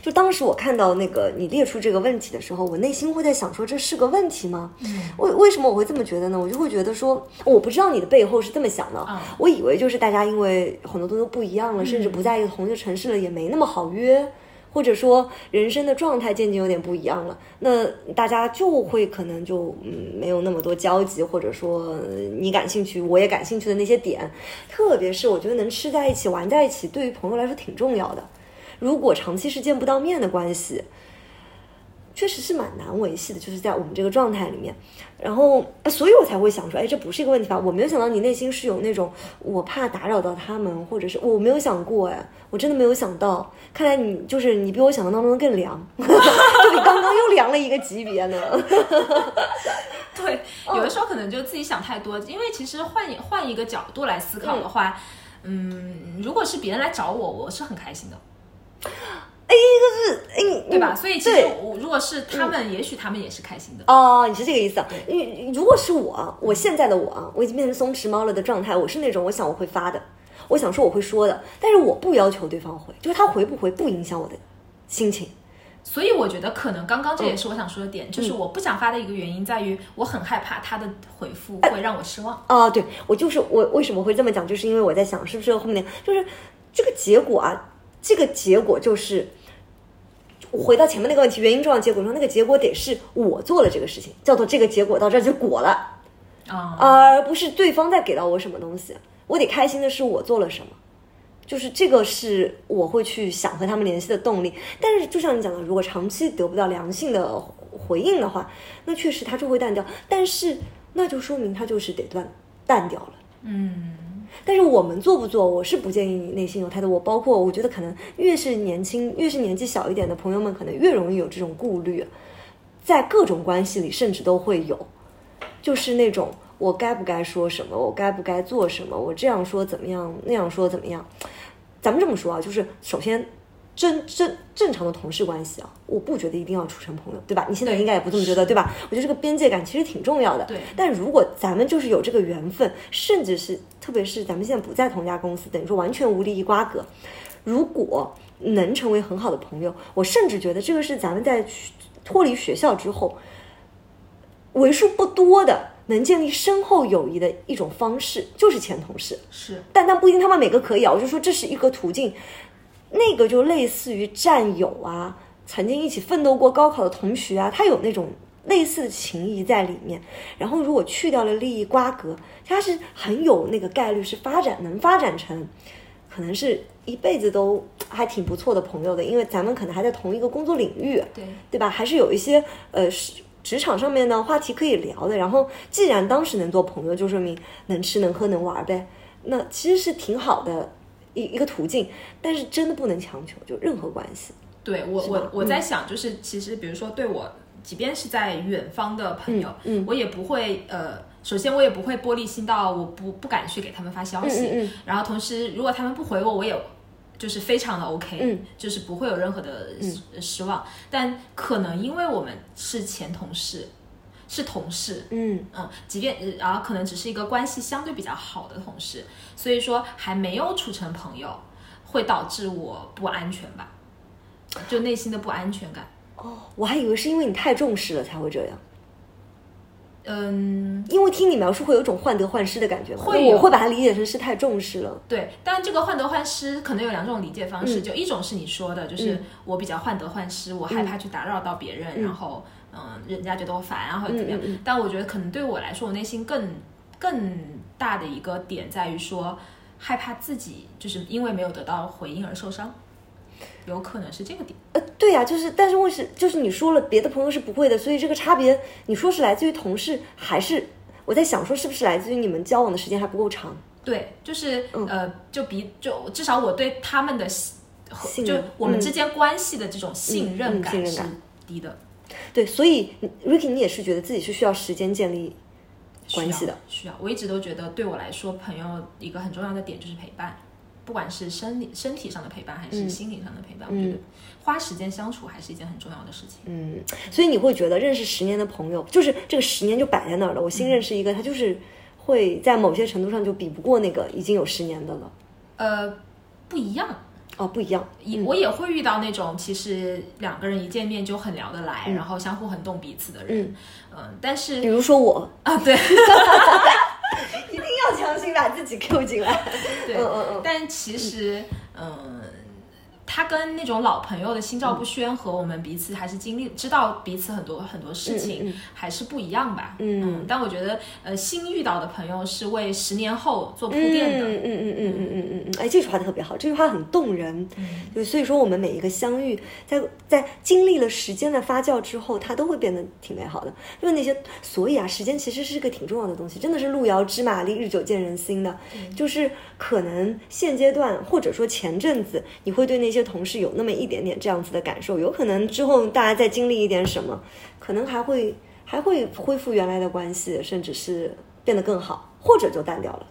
就当时我看到那个你列出这个问题的时候，我内心会在想说这是个问题吗？为、为什么我会这么觉得呢？我就会觉得说，哦我不知道你的背后是这么想的，
嗯
我以为就是大家因为很多东西都不一样了，甚至不在一个同一个城市了，也没那么好约。或者说人生的状态渐渐有点不一样了，那大家就会可能就嗯没有那么多交集，或者说呃你感兴趣我也感兴趣的那些点，特别是我觉得能吃在一起玩在一起，对于朋友来说挺重要的。如果长期是见不到面的关系，确实是蛮难维系的，就是在我们这个状态里面。然后，呃所以我才会想说，哎，这不是一个问题吧？我没有想到你内心是有那种我怕打扰到他们，或者是我没有想过，哎，我真的没有想到。看来你就是你比我想象当中的更凉， [laughs] 就比刚刚又凉了一个级别呢。
对，
哦
有的时候可能就自己想太多，因为其实换一换一个角度来思考的话，嗯如果是别人来找我，我是很开心的，
哎，你
[laughs] 对吧？所以其实
对
我如果是他们，也许他们也是开心的。
哦，你是这个意思啊？你你如果是我，我现在的我啊，我已经变成松弛猫了的状态，我是那种我想我会发的，我想说我会说的，但是我不要求对方回，就是他回不回不影响我的心情。
所以我觉得可能刚刚这也是我想说的点，
嗯
就是我不想发的一个原因在于，我很害怕他的回复
哎
会让我失望。
啊，对我就是我为什么会这么讲，就是因为我在想，是不是后面就是这个结果啊，这个结果就是我回到前面那个问题，原因重要，结果重要，那个结果得是我做了这个事情，叫做这个结果到这儿就果了，
啊、
而不是对方在给到我什么东西。我得开心的是我做了什么，就是这个是我会去想和他们联系的动力。但是就像你讲的，如果长期得不到良性的回应的话，那确实它就会淡掉。但是那就说明它就是得断淡掉了。
嗯，
但是我们做不做，我是不建议你内心有太多。我包括我觉得可能越是年轻，越是年纪小一点的朋友们，可能越容易有这种顾虑，在各种关系里甚至都会有，就是那种我该不该说什么，我该不该做什么，我这样说怎么样，那样说怎么样。咱们这么说啊，就是首先。正正正常的同事关系啊，我不觉得一定要处成朋友，对吧？你现在
对
应该也不这么觉得，
是
对吧？我觉得这个边界感其实挺重要的。
对
但如果咱们就是有这个缘分，甚至是特别是咱们现在不在同一家公司，等于说完全无利益瓜葛，如果能成为很好的朋友，我甚至觉得这个是咱们在去脱离学校之后为数不多的能建立深厚友谊的一种方式，就是前同事。
是
但但不一定他们每个可以啊，我就说这是一个途径，那个就类似于战友啊，曾经一起奋斗过高考的同学啊，他有那种类似的情谊在里面。然后如果去掉了利益瓜葛，他是很有那个概率是发展能发展成，可能是一辈子都还挺不错的朋友的，因为咱们可能还在同一个工作领域，
对，
对吧？还是有一些呃是职场上面呢话题可以聊的。然后既然当时能做朋友，就说明能吃能喝能玩呗，那其实是挺好的一一个途径。但是真的不能强求，就任何关系。
对我我我
嗯
在想，就是其实比如说对我，即便是在远方的朋友，
嗯嗯
我也不会呃。首先，我也不会玻璃心到我不不敢去给他们发消息。
嗯嗯嗯
然后，同时，如果他们不回我，我也就是非常的 OK，、
嗯
就是不会有任何的失失望。但可能因为我们是前同事，是同事，
嗯
嗯，即便呃然后可能只是一个关系相对比较好的同事，所以说还没有处成朋友，会导致我不安全吧，就内心的不安全感。
哦，我还以为是因为你太重视了才会这样，
嗯，
因为听你描述会有一种患得患失的感觉嘛。
会
我
有
会把它理解成是太重视了。
对，但这个患得患失可能有两种理解方式，
嗯
就一种是你说的，就是我比较患得患失，我害怕去打扰到别人，然后嗯，人家觉得我烦啊或者怎么样。
嗯嗯嗯
但我觉得可能对我来说，我内心更更大的一个点在于说，害怕自己就是因为没有得到回应而受伤，有可能是这个点。
呃，对呀、就是，但是问题是，就是你说了，别的朋友是不会的，所以这个差别，你说是来自于同事，还是我在想说，是不是来自于你们交往的时间还不够长？
对，就是、
嗯
呃，就比就至少我对他们的信和
信
就
任
我们
嗯
之间关系的这种信任
嗯信
感
任
是
感
低的，
对，所以你 Ricky，你也是觉得自己是需要时间建立关系的，
需要。我一直都觉得，对我来说，朋友一个很重要的点就是陪伴，不管是生理身体上的陪伴，还
嗯
是心理上的陪伴，我觉得花时间相处还是一件很重要的事情。
嗯，所以你会觉得认识十年的朋友，就是这个十年就摆在那儿了。我新认识一个，他就是会在某些程度上就比不过那个已经有十年的了。
呃，不一样，
哦，不一样，
也我也会遇到那种其实两个人一见面就很聊得
嗯
来，然后相互很懂彼此的人。嗯、但
比
是
如说我，
啊，对。
一定要强行把自己 Q 进来。
对，
嗯嗯嗯
但其实，嗯，他跟那种老朋友的心照不宣和我们彼此还是经历知道彼此很多很多事情、
嗯嗯
还是不一样吧。
嗯
但我觉得，呃，新遇到的朋友是为十年后做铺
嗯
垫的。
嗯嗯嗯嗯嗯嗯嗯，哎，这句话特别好，这句话很动人。对，所以说我们每一个相遇，在在经历了时间的发酵之后，它都会变得挺美好的。因为那些，所以啊，时间其实是个挺重要的东西，真的是路遥知马力，日久见人心的。就是可能现阶段或者说前阵子，你会对那些同事有那么一点点这样子的感受，有可能之后大家再经历一点什么，可能还会还会恢复原来的关系，甚至是变得更好，或者就淡掉了。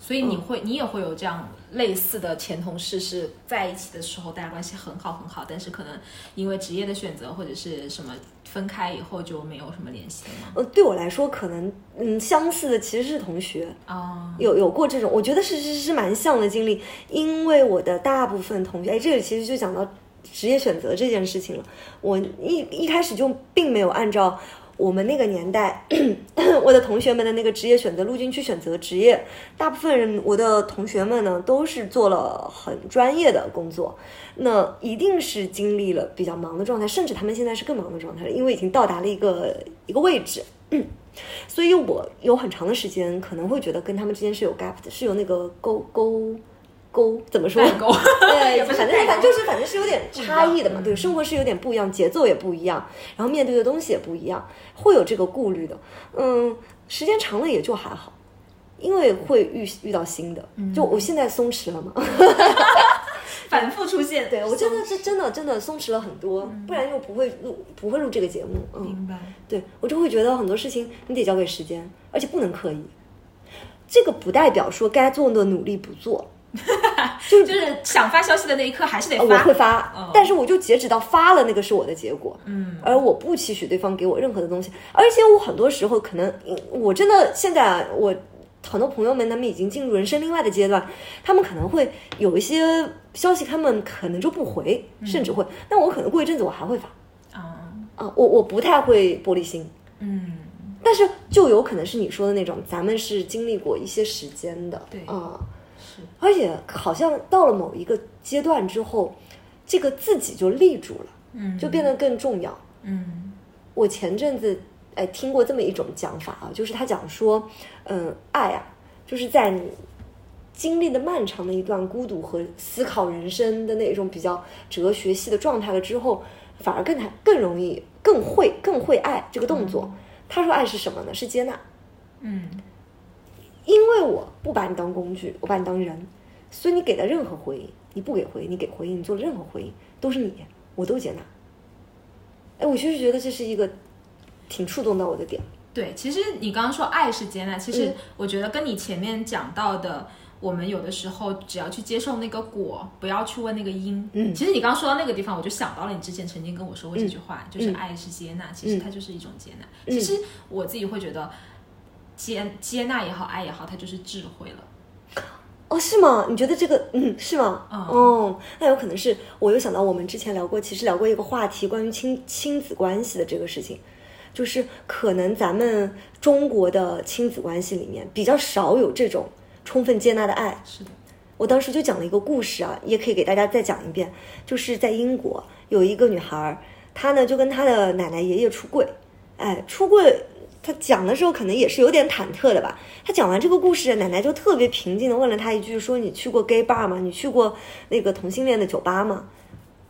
所以你会，你也会有这样类似的前同事，是在一起的时候大家关系很好很好，但是可能因为职业的选择或者是什么分开以后就没有什么联系了吗？
呃，对我来说，可能嗯，相似的其实是同学，
啊、
有有过这种，我觉得是是是蛮像的经历，因为我的大部分同学，哎，这里其实就讲到职业选择这件事情了。我一一开始就并没有按照我们那个年代 [clears throat] 我的同学们的那个职业选择路径去选择职业，大部分人我的同学们呢都是做了很专业的工作，那一定是经历了比较忙的状态，甚至他们现在是更忙的状态了，因为已经到达了一个一个位置。 [clears throat] 所以我有很长的时间可能会觉得跟他们之间是有 gap 的，是有那个沟沟沟，怎么说？
代沟 [laughs]
[laughs] 对
也，不是嗯
反正
代沟
反正就是反正是有点差异的嘛，
不一样
对，生活是有点不一样，节奏也不一样，然后面对的东西也不一样，会有这个顾虑的。嗯，时间长了也就还好，因为会遇遇到新的，
嗯
就我现在松
[laughs]
弛了嘛。
反复出现。
对我真的是真的真的松弛了很多，不然又不会录不会录这个节目。
嗯
嗯，
明白。
对我就会觉得很多事情你得交给时间，而且不能刻意。这个不代表说该做的努力不做，就是
就是想发消息的那一刻还是得
呃
发。
我会发，
嗯
但是我就截止到发了那个是我的结果，
嗯，
而我不期许对方给我任何的东西，而且我很多时候可能，嗯我真的现在啊我很多朋友们他们已经进入人生另外的阶段，他们可能会有一些消息，他们可能就不回，
嗯
甚至会，那我可能过一阵子我还会发
啊，
啊，我我不太会玻璃心，
嗯，
但是就有可能是你说的那种，咱们是经历过一些时间的，
对
啊、
是
而且好像到了某一个阶段之后，这个自己就立住了，
嗯，
就变得更重要。
嗯
我前阵子哎听过这么一种讲法啊，就是他讲说，嗯，爱啊，就是在你经历的漫长的一段孤独和思考人生的那种比较哲学系的状态了之后，反而更更容易、更会、更会爱这个动作。他说爱是什么呢？是接纳，
嗯
因为我不把你当工具，我把你当人，所以你给的任何回应，你不给回应，你给回应，你做的任何回应都是你，我都接纳。哎，我确实觉得这是一个挺触动到我的点。
对，其实你刚刚说爱是接纳，其实
嗯
我觉得跟你前面讲到的，我们有的时候只要去接受那个果，不要去问那个因。
嗯
其实你刚刚说到那个地方，我就想到了你之前曾经跟我说过这句话，就是爱是接纳，其实它就是一种接纳。
嗯
其实我自己会觉得接，接纳也好，爱也好，它就是智慧了。
哦，是吗？你觉得这个，嗯，是吗？
嗯
哦，那有可能是，我又想到我们之前聊过，其实聊过一个话题，关于亲亲子关系的这个事情，就是可能咱们中国的亲子关系里面比较少有这种充分接纳的爱，
是的，
我当时就讲了一个故事啊，也可以给大家再讲一遍，就是在英国有一个女孩儿，她呢就跟她的奶奶爷爷出柜，哎，出柜。她讲的时候可能也是有点忐忑的吧。她讲完这个故事，奶奶就特别平静的问了她一句，说：“你去过 gay bar 吗？你去过那个同性恋的酒吧吗？”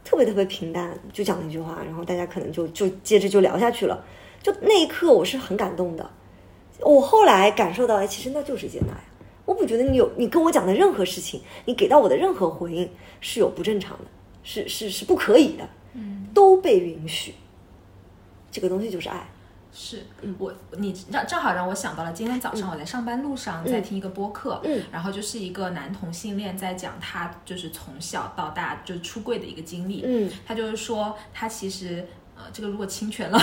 特别特别平淡，就讲了一句话，然后大家可能就就接着就聊下去了。就那一刻，我是很感动的。我后来感受到，哎，其实那就是接纳呀。我不觉得你有你跟我讲的任何事情，你给到我的任何回应是有不正常的，是是是不可以的，
嗯。
都被允许。这个东西就是爱。
是
嗯
我你让正好让我想到了，今天早上我在上班路上在听一个播客，
嗯
然后就是一个男同性恋在讲他就是从小到大就是出柜的一个经历，
嗯，
他就是说他其实呃这个如果侵权了，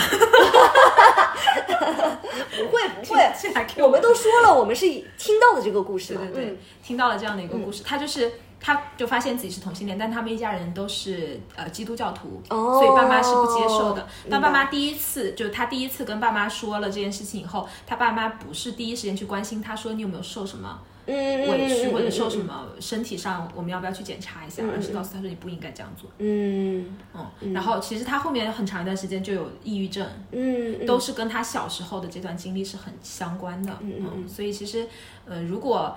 [laughs]
不会不
这
会，
这还给
我们都说了，我们是嗯听到的这个故事嘛。
对对对，听到了这样的
嗯
一个故事，他就是。他就发现自己是同性恋，但他们一家人都是呃基督教徒，
哦
所以爸妈是不接受的。
明白
当爸妈第一次，就是他第一次跟爸妈说了这件事情以后，他爸妈不是第一时间去关心他说你有没有受什么
嗯，
委屈或者受什
么？
么身体上，我们要不要去检查一下？
嗯嗯嗯
而是告诉他说你不应该这样做。
嗯
嗯，然后其实他后面很长一段时间就有抑郁症，
嗯，嗯
都是跟他小时候的这段经历是很相关的。
嗯
嗯，所以其实呃，如果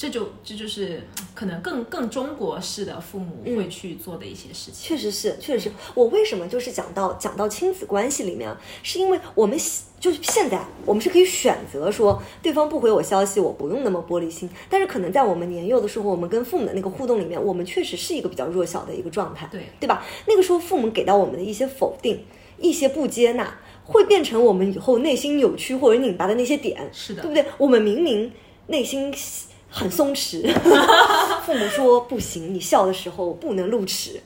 这就这就是嗯可能更更中国式的父母会去做的一些事情。
确实是，确实是我为什么就是讲到讲到亲子关系里面啊，是因为我们喜就是现在我们是可以选择说对方不回我消息，我不用那么玻璃心。但是可能在我们年幼的时候，我们跟父母的那个互动里面，我们确实是一个比较弱小的一个状态，
对
对吧？那个时候父母给到我们的一些否定，一些不接纳，会变成我们以后内心扭曲或者拧巴的那些点，
是的
对不对？我们明明内心很松弛，父母说不行，你笑的时候不能露齿。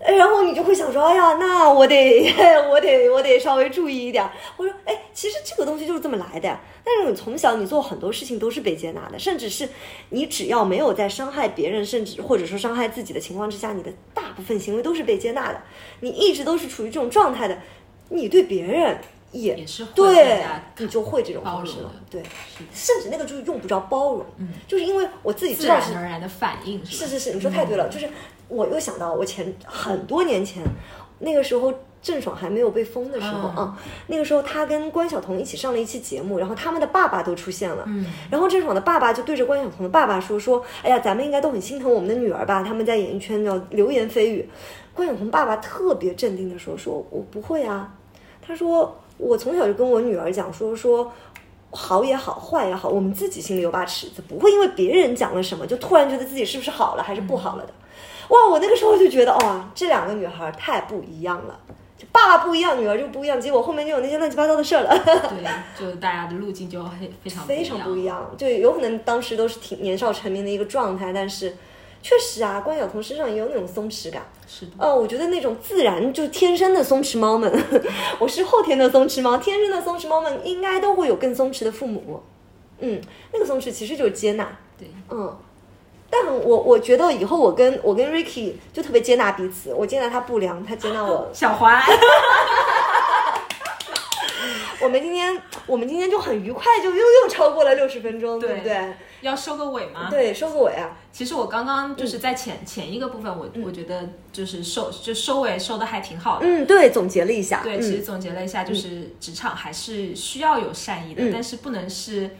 哎然后你就会想说，哎呀，那我得， [laughs] 我得，我得稍微注意一点儿。我说，哎，其实这个东西就是这么来的呀。但是你从小你做很多事情都是被接纳的，甚至是你只要没有在伤害别人，甚至或者说伤害自己的情况之下，你的大部分行为都是被接纳的。你一直都是处于这种状态的，你对别人也
也是会更
对
加，
你就会这种方式
包容
了
的。
对，
是的
甚至那个就是用不着包容，就是因为我自己
自
知道
然嗯
是
而然的反应是吧？
是是是，你说太对了。就是我又想到我前很多年前，那个时候郑爽还没有被封的时候
嗯
啊，那个时候她跟关晓彤一起上了一期节目，然后他们的爸爸都出现了。
嗯，
然后郑爽的爸爸就对着关晓彤的爸爸说：“说，哎呀，咱们应该都很心疼我们的女儿吧？他们在演艺圈叫流言蜚语。”关晓彤爸爸特别镇定的说：“说我不会啊。”他说：“我从小就跟我女儿讲说说，好也好，坏也好，我们自己心里有把尺子，不会因为别人讲了什么，就突然觉得自己是不是好了还是不好了的。哇，我那个时候就觉得，哇，这两个女孩太不一样了。就爸爸不一样，女儿就不一样，结果后面就有那些乱七八糟的事儿了。
对，就大家的路径就非非常
非常不一
样。
样，对，有可能当时都是挺年少成名的一个状态，但是确实啊，关晓彤身上也有那种松弛感。
是的，
哦，我觉得那种自然就天生的松弛猫们， [laughs] 我是后天的松弛猫，天生的松弛猫们应该都会有更松弛的父母。嗯，那个松弛其实就是接纳。
对，
嗯，但我我觉得以后我跟我跟 Ricky 就特别接纳彼此，我接纳他不良，他接纳 [laughs] 我。
小环。
我们今天我们今天就很愉快，就又又超过了六十分钟，对不
对
对？
要收个尾吗？
对，嗯收个尾啊。
其实我刚刚就是在前、前一个部分我，我、觉得就是收就收尾收的还挺好的。
嗯，对，总结了一下。
对，
嗯
其实总结了一下，就是职场还是需要有善意的，
嗯
但是不能是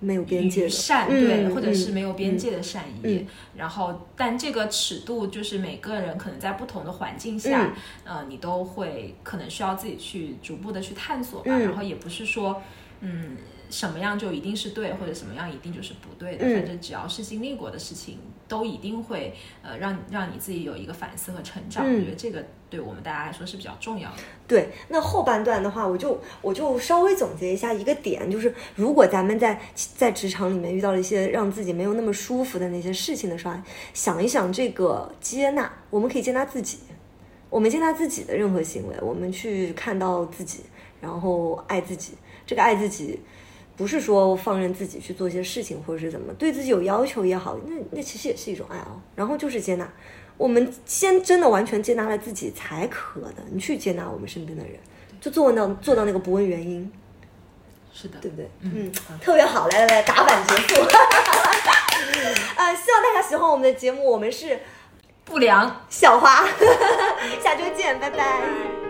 没有边界
与
的，
善，
嗯
对，
嗯
或者是没有边
嗯
界的善意。
嗯
然后，但这个尺度就是每个人可能在不同的环境下，
嗯
呃，你都会可能需要自己去逐步的去探索吧。
嗯
然后也不是说，嗯，什么样就一定是对，或者什么样一定就是不对的。
嗯
反正只要是经历过的事情，都一定会呃让让你自己有一个反思和成长。
嗯
我觉得这个对我们大家来说是比较重要的。
对，那后半段的话，我就我就稍微总结一下一个点，就是如果咱们在在职场里面遇到了一些让自己没有那么舒服的那些事情的时候啊，想一想这个接纳，我们可以接纳自己，我们接纳自己的任何行为，我们去看到自己，然后爱自己。这个爱自己，不是说放任自己去做一些事情，或者是怎么对自己有要求也好，那那其实也是一种爱哦。然后就是接纳，我们先真的完全接纳了自己才可的，你去接纳我们身边的人，就做到做到那个不问原因，
是的，
对不对？嗯
好，
特别好，来来来，打板结束。 [laughs] 呃，希望大家喜欢我们的节目，我们是 [laughs]
不良。
小花，下周见，拜拜